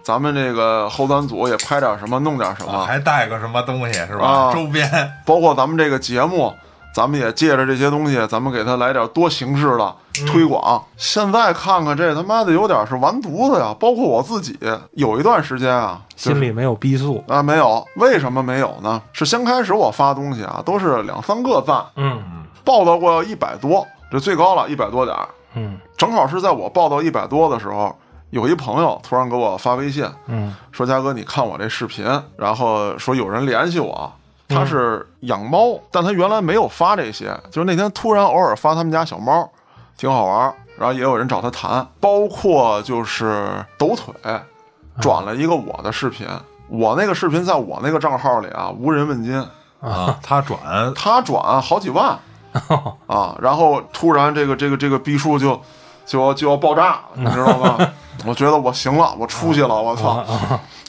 咱们这个后端组也拍点什么，弄点什
啊
么，
还带个什么东西是吧？
啊
周边
包括咱们这个节目，咱们也借着这些东西，咱们给它来点多形式的推广。现在看看这他妈的有点是完犊子呀！包括我自己，有一段时间啊，就是
心里没有逼数，
啊没有，为什么没有呢？是先开始我发东西啊，都是两三个赞，
嗯
报到过一百多，这最高了一百多点儿。
嗯
正好是在我报到一百多的时候，有一朋友突然给我发微信
嗯，
说：“佳哥，你看我这视频。”然后说有人联系我，他是养猫，但他原来没有发这些，就是那天突然偶尔发他们家小猫，挺好玩儿。然后也有人找他谈，包括就是抖腿转了一个我的视频，我那个视频在我那个账号里啊无人问津，
啊，他转
他转好几 万啊，然后突然这个这个这个逼数就就要就要爆炸，你知道吗？ 我觉得我行了，我出去了，
啊
我操！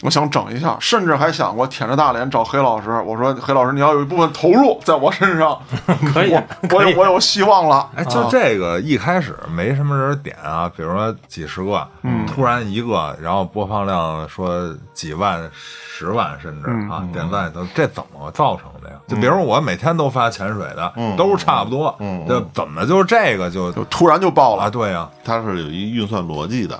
我想整一下，甚至还想过舔着大脸找黑老师，我说黑老师，你要有一部分投入在我身上，
可以
我我有我 有希望了。
哎，就这个一开始没什么人点啊，比如说几十个，突然一个，然后播放量说几万、十万，甚至啊点赞都，这怎么造成的呀？就比如我每天都发潜水的，都是差不多，就怎么就这个就
就突然就爆
啊？
了，
对呀，
它是有一运算逻辑的。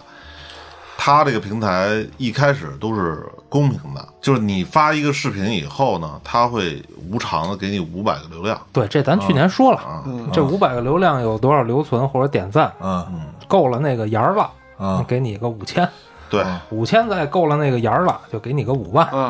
它这个平台一开始都是公平的，就是你发一个视频以后呢，它会无偿的给你五百个流量。
对，这
嗯
咱去年说了，这五百个流量有多少留存或者点赞，
嗯
够了那个沿儿了，
嗯
给你个五千，
对，
五千再够了那个沿儿了，就给你个五万，
嗯，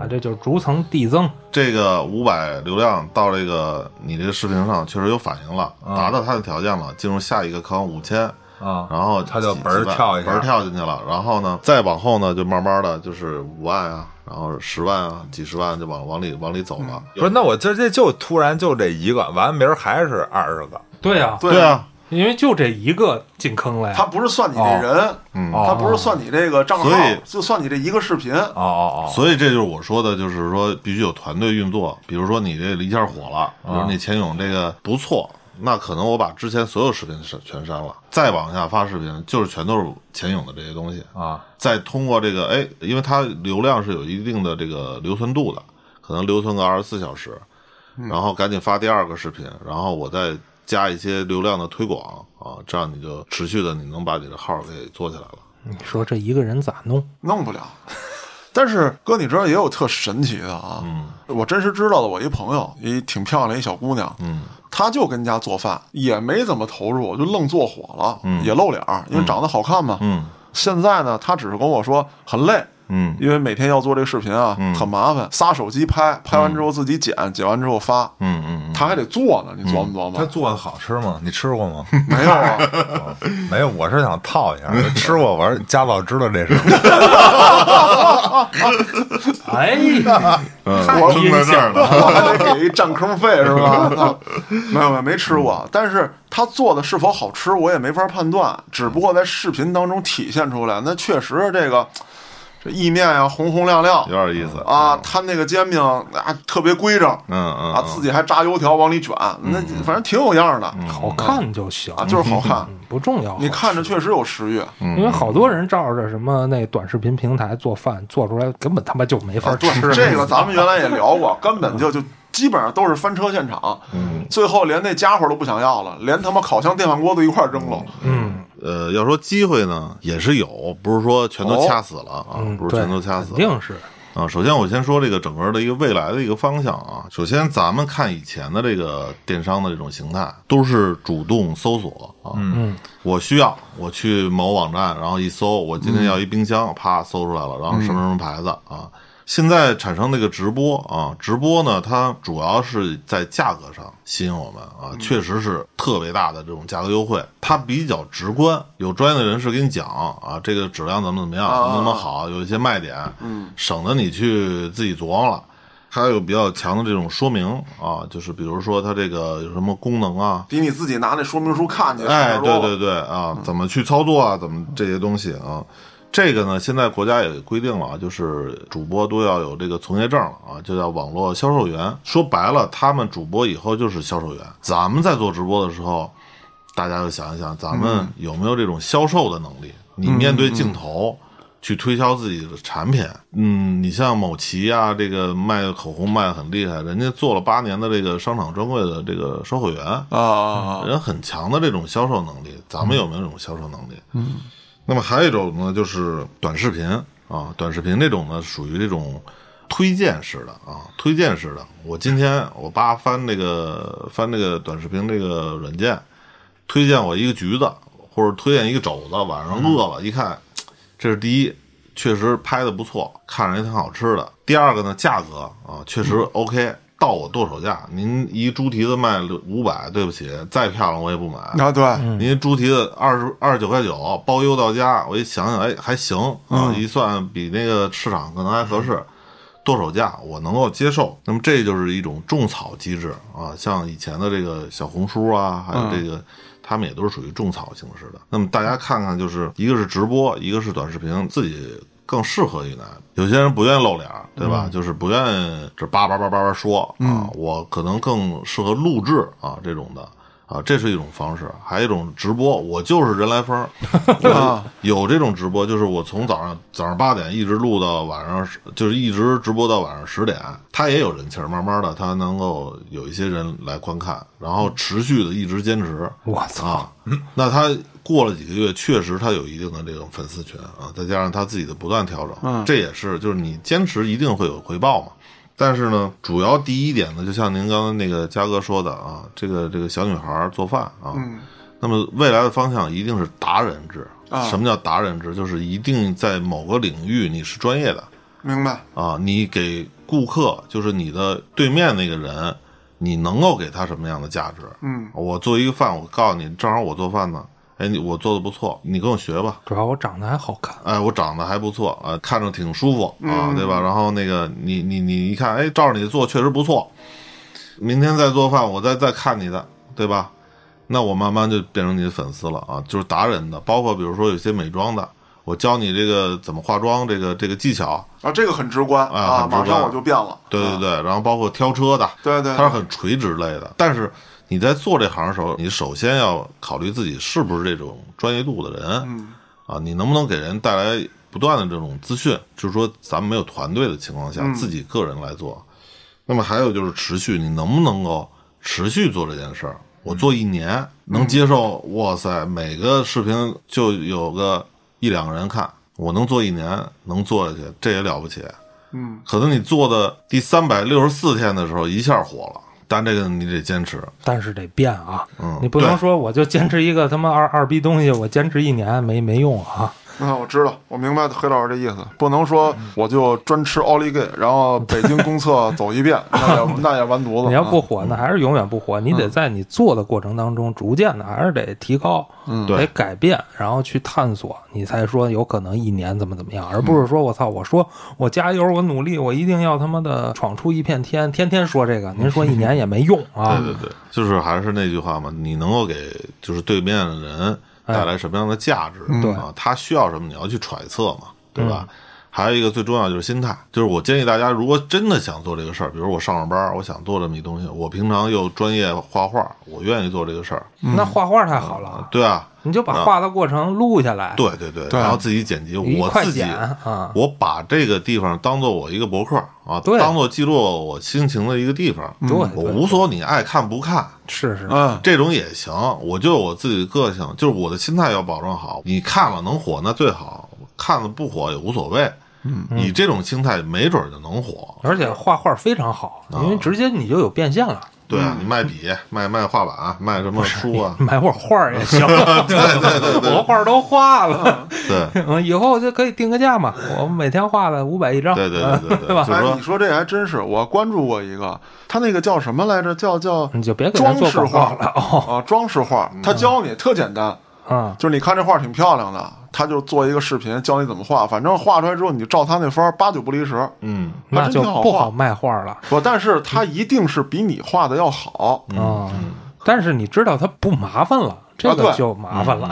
啊，这就是逐层递增，
这个五百流量到这个你这个视频上确实有反应了，
嗯
达到它的条件了，进入下一个坑五千，
啊，
然后
它就
几
嘣儿
几百
跳一下
嘣儿跳进去了。然后呢，再往后呢，就慢慢的就是五万啊，然后十万啊，几十万就往往里往里走了。
不是，那我今儿这就突然就这一个，完明儿还是二十个，
对呀、
对
对啊，
因为就这一个进坑了
他
呀，
不是算你
哦
这人，
嗯
他不是算你这个账号
所以，
就算你这一个视频。
哦哦
所以这就是我说的，就是说必须有团队运作。比如说你这一下火了，
啊
比如你钱勇这个不错，那可能我把之前所有视频删全删了，再往下发视频就是全都是钱勇的这些东西
哦啊，
再通过这个，哎，因为它流量是有一定的这个留存度的，可能留存个二十四小时，
嗯
然后赶紧发第二个视频，然后我再加一些流量的推广啊，这样你就持续的你能把你的号给做起来了。
你说这一个人咋弄？
弄不了。但是哥，你知道也有特神奇的啊，
嗯
我真实知道的，我一朋友，一挺漂亮一小姑娘，嗯，她就跟家做饭，也没怎么投入，就愣做火了，也露脸儿，因为长得好看嘛，
嗯，
现在呢，她只是跟我说很累。
嗯
因为每天要做这个视频啊，很麻烦，仨手机拍，拍完之后自己剪，剪完之后发，
嗯嗯
她还得做呢，你琢磨琢
他
磨，
做的好吃吗？你吃过吗？
没有啊，
没有，我是想套一 下，吃过玩儿，家老知道这事儿。
哎，
嗯，
太
扔在这儿了，
我 还得给一占坑费是 吧？啊没有没有没吃过，但是他做的是否好吃，我也没法判断。只不过在视频当中体现出来，那确实这个这意面呀、红红亮亮
有点意思
啊，，他那个煎饼啊特别规整
嗯嗯
啊，自己还炸油条往里卷，那反正挺有样的
嗯
好看就行，
啊，就是好 看。
嗯不重要。
你看着确实有食欲，
因为好多人照着什么那短视频平台做饭，做出来根本他妈就没法
啊，
吃。
对，这个咱们原来也聊过，根本就就基本上都是翻车现场，嗯，最后连那家伙都不想要了，连他妈烤箱、电饭锅都一块儿扔了，
嗯，
呃，要说机会呢，也是有，不是说全都
哦
掐死了啊，
嗯，
不是
对
全都掐死
肯
了，
定是
啊，首先我先说这个整个的一个未来的一个方向啊。首先，咱们看以前的这个电商的这种形态，都是主动搜索啊。嗯，我需要，我去某网站，然后一搜，我今
嗯
天要一冰箱，啪搜出来了，然后什么什么牌子啊。现在产生那个直播啊，直播呢，它主要是在价格上吸引我们啊，确实是特别大的这种价格优惠，它比较直观，有专业的人士给你讲啊，这个质量怎么怎么样，怎么怎么好，有一些卖点，嗯，省得你去自己琢磨了。它有比较强的这种说明啊，就是比如说它这个有什么功能啊，
比你自己拿那说明书看去，
哎，
差点
对
儿多
对
了，
对啊，怎么去操作啊，怎么这些东西啊。这个呢，现在国家也规定了啊，就是主播都要有这个从业证了啊，就叫网络销售员。说白了，他们主播以后就是销售员。咱们在做直播的时候，大家就想一想，咱们有没有这种销售的能力？你面对镜头去推销自己的产品，嗯，你像某奇啊，这个卖口红卖的很厉害，人家做了八年的这个商场专柜的这个售货员，
啊，
人很强的这种销售能力，咱们有没有这种销售能力？嗯，那么还有一种呢，就是短视频啊，短视频这种呢，属于这种推荐式的啊，推荐式的。我今天我爸翻那个翻那个短视频这个软件，推荐我一个 橘子，或者推荐一个肘子，晚上饿了，一看，这是第一，确实拍的不错，看着也挺好吃的。第二个呢，价格啊，确
嗯
实 OK，、到我剁手价，您一猪蹄子卖五百，对不起，再漂亮我也不买。
啊对，
您猪蹄子二十二十九块九包邮到家，我一想想，哎，还行啊，一算比那个市场可能还合适，剁手价我能够接受。那么这就是一种种草机制啊，像以前的这个小红书啊，还有这个。他们也都是属于种草形式的。那么大家看看，就是一个是直播，一个是短视频，自己更适合于哪？有些人不愿意露脸儿，对吧？就是不愿意这叭叭叭叭叭说啊，我可能更适合录制啊这种的。啊，这是一种方式，还有一种直播，我就是人来疯儿，
啊
我有这种直播，就是我从早上早上八点一直录到晚上十，就是一直直播到晚上十点，它也有人气儿，慢慢的它能够有一些人来观看，然后持续的一直坚持，
我操
啊，那他过了几个月，确实他有一定的这种粉丝群啊，再加上他自己的不断调整，这也是就是你坚持一定会有回报嘛。但是呢，主要第一点呢，就像您刚才那个嘉哥说的啊，这个这个小女孩做饭啊，那么未来的方向一定是达人制。
啊
什么叫达人制？就是一定在某个领域你是专业的，
明白，
啊，你给顾客，就是你的对面那个人，你能够给他什么样的价值？嗯，我做一个饭，我告诉你，正好我做饭呢，哎，你我做的不错，你跟我学吧。
主要我长得还好看，
哎，我长得还不错啊、看着挺舒服啊，对吧？然后那个你你你一看，哎，照着你做确实不错。明天再做饭，我再再看你的，对吧？那我慢慢就变成你的粉丝了啊，就是达人的，包括比如说有些美妆的，我教你这个怎么化妆，这个这个技巧，
啊，这个很直观
啊
啊，
很直观
马上我就变了，啊
对对对，然后包括挑车的，
对对对
它是很垂直类的。但是你在做这行的时候，你首先要考虑自己是不是这种专业度的人，嗯、啊，你能不能给人带来不断的这种资讯？就是说，咱们没有团队的情况下，
嗯
自己个人来做。那么还有就是持续，你能不能够持续做这件事儿？我做一
嗯
年能接受，哇塞，每个视频就有个一两个人看，我能做一年，能做下去，这也了不起。嗯，可能你做的第三百六十四天的时候一下火了，但这个你得坚持。
但是得变啊，
嗯
你不
对
能说我就坚持一个他妈二二逼东西，我坚持一年没没用啊。
那我知道，我明白黑老师这意思，不能说我就专吃奥利给，然后北京公厕走一遍，那 也那也完犊子。
你要不
啊
嗯
火，那还是永远不火。你得在你做的过程当中，逐渐的还是得提高，
嗯对
得改变，然后去探索，你才说有可能一年怎么怎么样，而不
嗯
是说我操，我说我加油，我努力，我一定要他妈的闯出一片天，天天说这个，您说一年也没用啊。
对对对，就是还是那句话嘛，你能够给就是对面的人带来什么样的价值、
嗯对嗯
啊？他需要什么，你要去揣测嘛，对吧？还有一个最重要就是心态，就是我建议大家，如果真的想做这个事儿，比如我上上班，我想做这么一东西，我平常又专业画画，我愿意做这个事儿，
那画画太好了，
对嗯啊，
你就把画的过程录下来，
对对对，然后自己剪辑，
啊一
我
块
自己
剪啊。
我把这个地方当做我一个博客啊，
对嗯
当做记录我心情的一个地方。
对
嗯我啊
对
无所你爱看不看，
是是，
嗯，
这种也行。我就有我自己的个性，就是我的心态要保证好。你看了能火那最好，看了不火也无所谓。嗯，你这种心态没准儿就能火。
而且画画非常好，
啊
因为直接你就有变现了，
对啊，
嗯
你卖笔、卖卖画板、卖什么书 啊？
买会儿画儿也行。 对对对 我画儿都画了。
对
嗯，以后就可以定个价嘛，我们每天画的五百一张，
对对对 对
对
对，
吧
就是
哎，
说
你说这还真是，我关注过一个，他那个叫什么来着？叫叫
你就别给他
装
做
饰
广
画
告了哦。
啊，装饰画，他教你特简单，
嗯，
就是你看这画挺漂亮的，他就做一个视频教你怎么画，反正画出来之后你就照他那方儿八九不离十。
嗯，
那就
真挺好
不
画
好卖画了
不，但是他一定是比你画的要好
啊。
嗯
但是你知道它不麻烦了，这个
对
就麻烦了。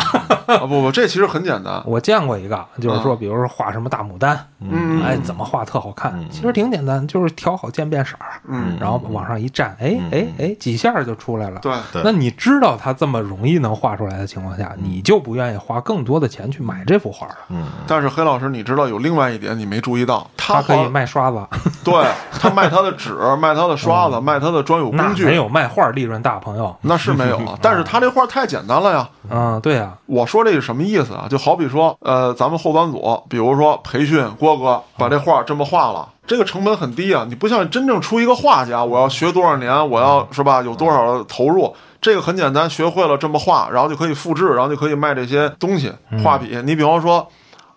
啊！不不，这其实很简单，
我见过一个，就是说，比如说画什么大牡丹，
嗯
哎，怎么画特好看，其实挺简单，就是调好渐变色儿，
嗯
然后往上一站，哎哎哎，几下儿就出来了。
对，
对
那你知道它这么容易能画出来的情况
嗯
下，你就不愿意花更多的钱去买这幅画了。
但是黑老师，你知道有另外一点你没注意到，
它
他
可以
画
卖刷子，
对他卖他的纸，卖他的刷子，卖他的专有
哦那
工
没
具，
有嗯卖画利润大，朋友。
那是没有啊。但是他这画太简单了呀。
嗯，对啊，
我说这是什么意思啊？就好比说，呃，咱们后端组，比如说培训郭哥把这画这么画了，这个成本很低啊。你不像真正出一个画家，我要学多少年，我要是吧，有多少的投入。这个很简单，学会了这么画，然后就可以复制，然后就可以卖这些东西画笔。你比方说，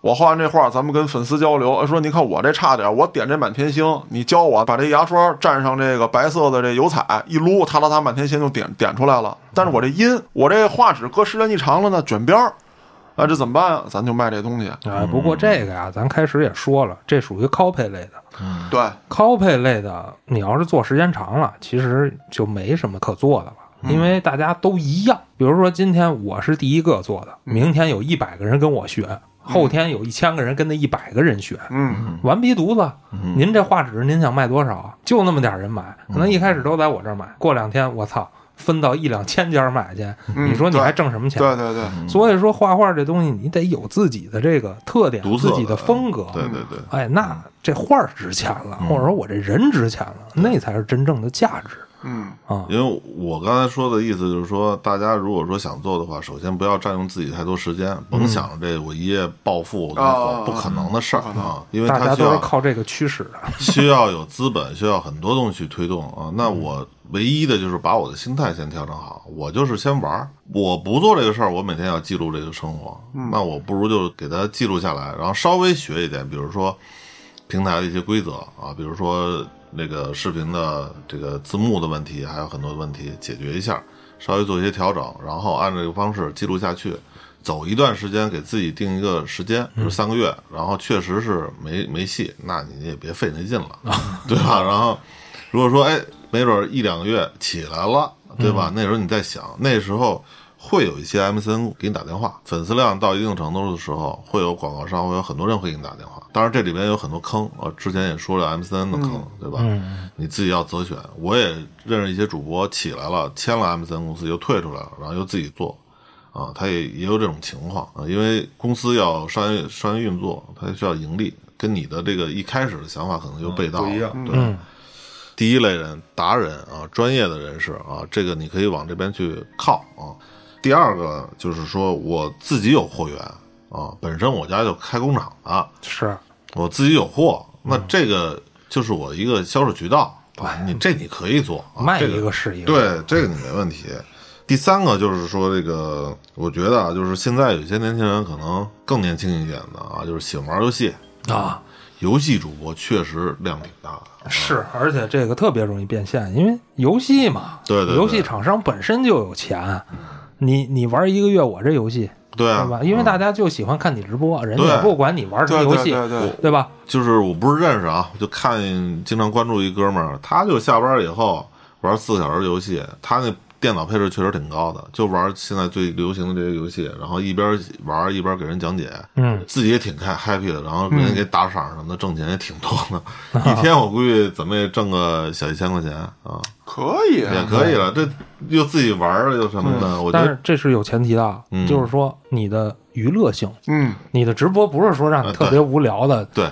我画完这画，咱们跟粉丝交流，呃说你看我这差点，我点这满天星，你教我把这牙刷蘸上这个白色的这油彩，一撸，它啦它满天星就点点出来了。但是我这阴，我这画纸搁时间一长了呢，卷边儿，啊，这怎么办啊？咱就卖这东西。
哎，不过这个呀、咱开始也说了，这属于 copy 类的。
对，
copy 类的，你要是做时间长了，其实就没什么可做的了。
嗯
因为大家都一样，比如说今天我是第一个做
嗯
的，明天有一百个人跟我学，后天有一千个人跟那一百个人学，
嗯，
完逼犊子！您这画纸您想卖多少啊？就那么点儿人买，
嗯
可能一开始都在我这儿买，过两天我操，分到一两千家买去，
嗯
你说你
对
还挣什么钱？
对对对，
嗯
所以说画画这东西，你得有自己的这个特点
独，特
自
的
己的风格。
对嗯对对，
哎，那这画儿值钱了，或者说我这人值钱了，那才是真正的价值
嗯，
啊！
因为我刚才说的意思就是说，大家如果说想做的话，首先不要占用自己太多时间，甭想这我一夜暴富，
啊
不可能的事儿啊，因为
大
它
家
需
都是
要
靠这个驱使的。
需要有资本，需要很多东西去推动啊。那我唯一的就是把我的心态先调整好，我就是先玩儿，我不做这个事儿，我每天要记录这个生活，那我不如就给它记录下来，然后稍微学一点，比如说平台的一些规则啊，比如说那个视频的这个字幕的问题，还有很多问题解决一下，稍微做一些调整，然后按照这个方式记录下去。走一段时间，给自己定一个时间，比如三个月，然后确实是没没戏，那你也别费那劲了，对吧？然后如果说哎，没准儿一两个月起来了，对吧？那时候你再想，那时候会有一些 MCN 给你打电话，粉丝量到一定程度的时候，会有广告商，会有很多人会给你打电话。当然，这里边有很多坑，我之前也说了 MCN 的坑，对吧？你自己要择选。我也认识一些主播起来了，签了 MCN 公司又退出来了，然后又自己做。啊，他也也有这种情况啊，因为公司要商业商业运作，它需要盈利，跟你的这个一开始的想法可能就背道了、
嗯不一样
对，第一类人达人啊，专业的人士啊，这个你可以往这边去靠啊。第二个就是说我自己有货源啊。本身我家就开工厂的，
是
我自己有货，
嗯
那这个就是我的一个销售渠道。对，你这你可以做，啊
卖
这个
一个是一个，
对，这个你没问题。第三个就是说，这个我觉得啊，就是现在有些年轻人可能更年轻一点的啊，就是喜欢玩游戏，
啊，
游戏主播确实量挺大的。
是，而且这个特别容易变现，因为游戏嘛，
对对对
游戏厂商本身就有钱，你你玩一个月我这游戏，
对啊
对吧？因为大家就喜欢看你直播，人家
对
也不管你玩什么
对
游
对
戏，
对对，
对吧？
就是我不是认识啊，我就看经常关注一哥们儿，他就下班以后玩四个小时游戏，他那电脑配置确实挺高的，就玩现在最流行的这些游戏，然后一边玩一边给人讲解，
嗯，
自己也挺开 happy 的，然后人家给打赏什么的，挣钱也挺多的，
嗯
一天我估计怎么也挣个小一千块钱啊，
可以
也
啊，
可以了，这又自己玩儿又什么的，我觉
嗯但
得
是这是有前提的啊，
嗯
就是说你的娱乐性，
嗯，
你的直播不是说让你
嗯
特别无聊的，
对。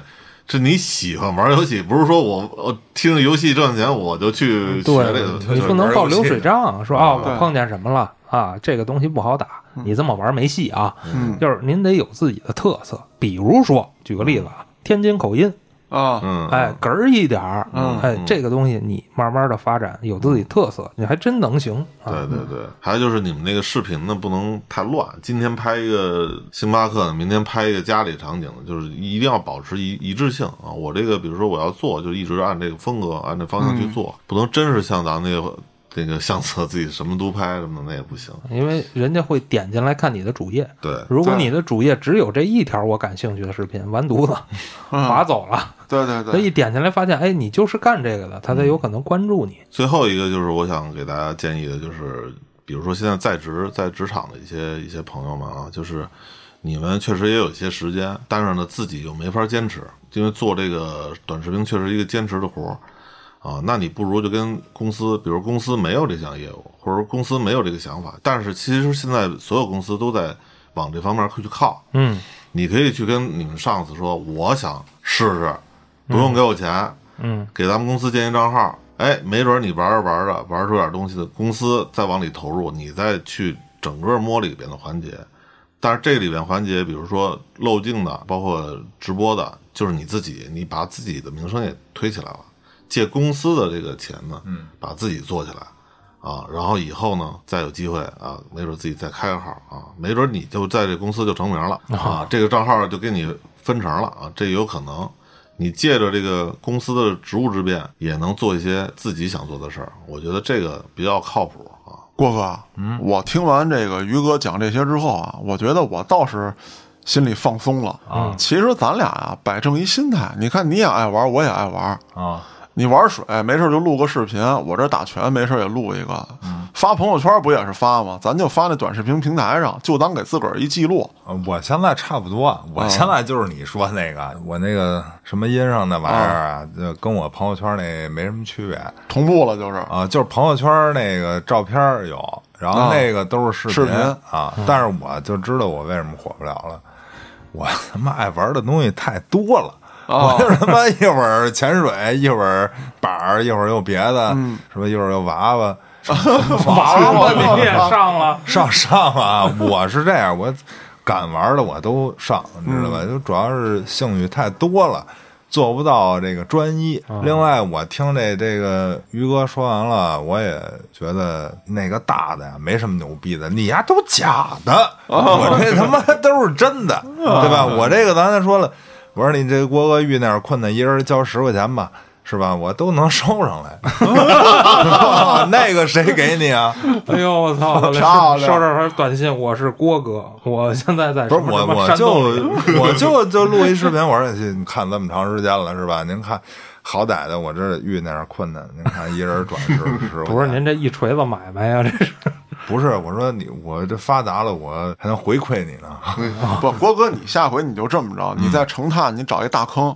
是你喜欢玩游戏，不是说我我听着游戏挣钱我就去学这个，
你不能报流水账，说
嗯
啊
对
我碰见什么了啊，这个东西不好打，你这么玩没戏啊。
嗯
就是您得有自己的特色，比如说举个例子啊，天津口音，
啊，
嗯，
哎，哏儿一点儿，
嗯
哎，这个东西你慢慢的发展，有自己特色，你还真能行啊。
对对对，还有就是你们那个视频呢，不能太乱。今天拍一个星巴克的，明天拍一个家里场景的，就是一定要保持一一致性啊。我这个，比如说我要做，就一直按这个风格，按这方向去做，不能真是像咱们那个那个相册自己什么都拍什么的，那也不行。
因为人家会点进来看你的主页，
对，
如果
对
你的主页只有这一条我感兴趣的视频，完犊子，
嗯
划走了。
对对
他
对，
一点进来发现，哎，你就是干这个的，他才有可能关注你。
最后一个就是我想给大家建议的，就是比如说现在在职在职场的一些一些朋友们啊，就是你们确实也有一些时间，但是呢自己又没法坚持，因为做这个短视频确实一个坚持的活儿啊，那你不如就跟公司，比如公司没有这项业务，或者公司没有这个想法，但是其实现在所有公司都在往这方面去靠，
嗯，
你可以去跟你们上司说，我想试试，不用给我钱，
嗯，
给咱们公司建一账号，哎，没准你玩着玩着玩出点东西的，公司再往里投入，你再去整个摸里边的环节。但是这里边环节，比如说漏镜的，包括直播的，就是你自己，你把自己的名声也推起来了，借公司的这个钱呢，嗯，把自己做起来。啊，然后以后呢，再有机会啊，没准自己再开个号啊，没准你就在这公司就成名了啊，这个账号就给你分成了啊，这有可能。你借着这个公司的职务之便，也能做一些自己想做的事儿，我觉得这个比较靠谱啊。
郭哥，嗯，我听完这个于哥讲这些之后啊，我觉得我倒是心里放松了啊。其实咱俩啊，摆正一心态，你看你也爱玩，我也爱玩，
啊，
你玩水没事就录个视频，我这打拳没事也录一个，发朋友圈不也是发吗？咱就发那短视频平台上，就当给自个儿一记录。
呃我现在差不多，我现在就是你说那个，我那个什么音上那玩意儿啊，就跟我朋友圈那没什么区别
同步了就是，
啊，就是朋友圈那个照片儿有，然后那个都是
视
视
频
啊，但是我就知道我为什么火不了了，我他妈爱玩的东西太多了。我就是他妈一会儿潜水，一会儿板儿，一会儿又别的，什么一会儿又娃娃，
娃娃你也上了，
上上啊！ 我是这样，我敢玩的我都上，你知道吧？就主要是兴趣太多了，做不到这个专一。另外，我听这这个于哥说完了，我也觉得那个大的呀没什么牛逼的，你呀都假的，我这他妈都是真的，对吧？我这个刚才说了，我说你这郭哥玉那样困难，一人交十块钱吧。是吧？我都能收上来， 那个谁给你啊？
哎呦我操！
漂亮
收到条短信，我是郭哥，我现在在
不是
什么
我，
什么
我
山
就
东
我就就录一视频，我说你看这么长时间了是吧？您看，好歹的我这遇那样困难，您看一人转十十，
不是您这一锤子买卖啊呀，这 是
不是我说你我这发达了，我还能回馈你呢。
不，郭哥，你下回你就这么着，你在成探你找一大坑，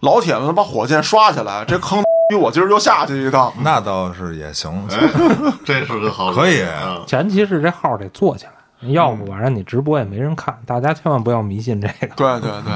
老铁们把火箭刷起来，这坑逼我今儿就下去一趟。
那倒是也行，
哎
这是个好
可以
啊
前提是这号得做起来，要不晚上你直播也没人看，大家千万不要迷信这个。
对对对，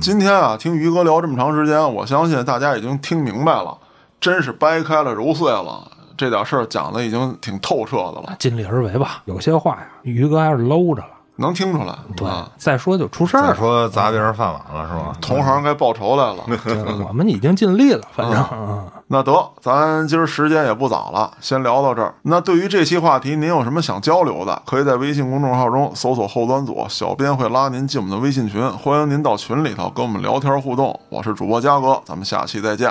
今天啊，听于哥聊这么长时间，我相信大家已经听明白了，真是掰开了揉碎了，这点事儿讲的已经挺透彻的了。
尽力而为吧，有些话呀，于哥还是搂着了。
能听出来。
嗯
对
啊，
再说就出事儿
再
了。
说砸别人饭碗了是吗？
同行该报仇来了。
对我们已经尽力了，反正嗯
那得，咱今儿时间也不早了，先聊到这儿。那对于这期话题，您有什么想交流的，可以在微信公众号中搜索“后端组”，小编会拉您进我们的微信群，欢迎您到群里头跟我们聊天互动。我是主播嘉哥，咱们下期再见。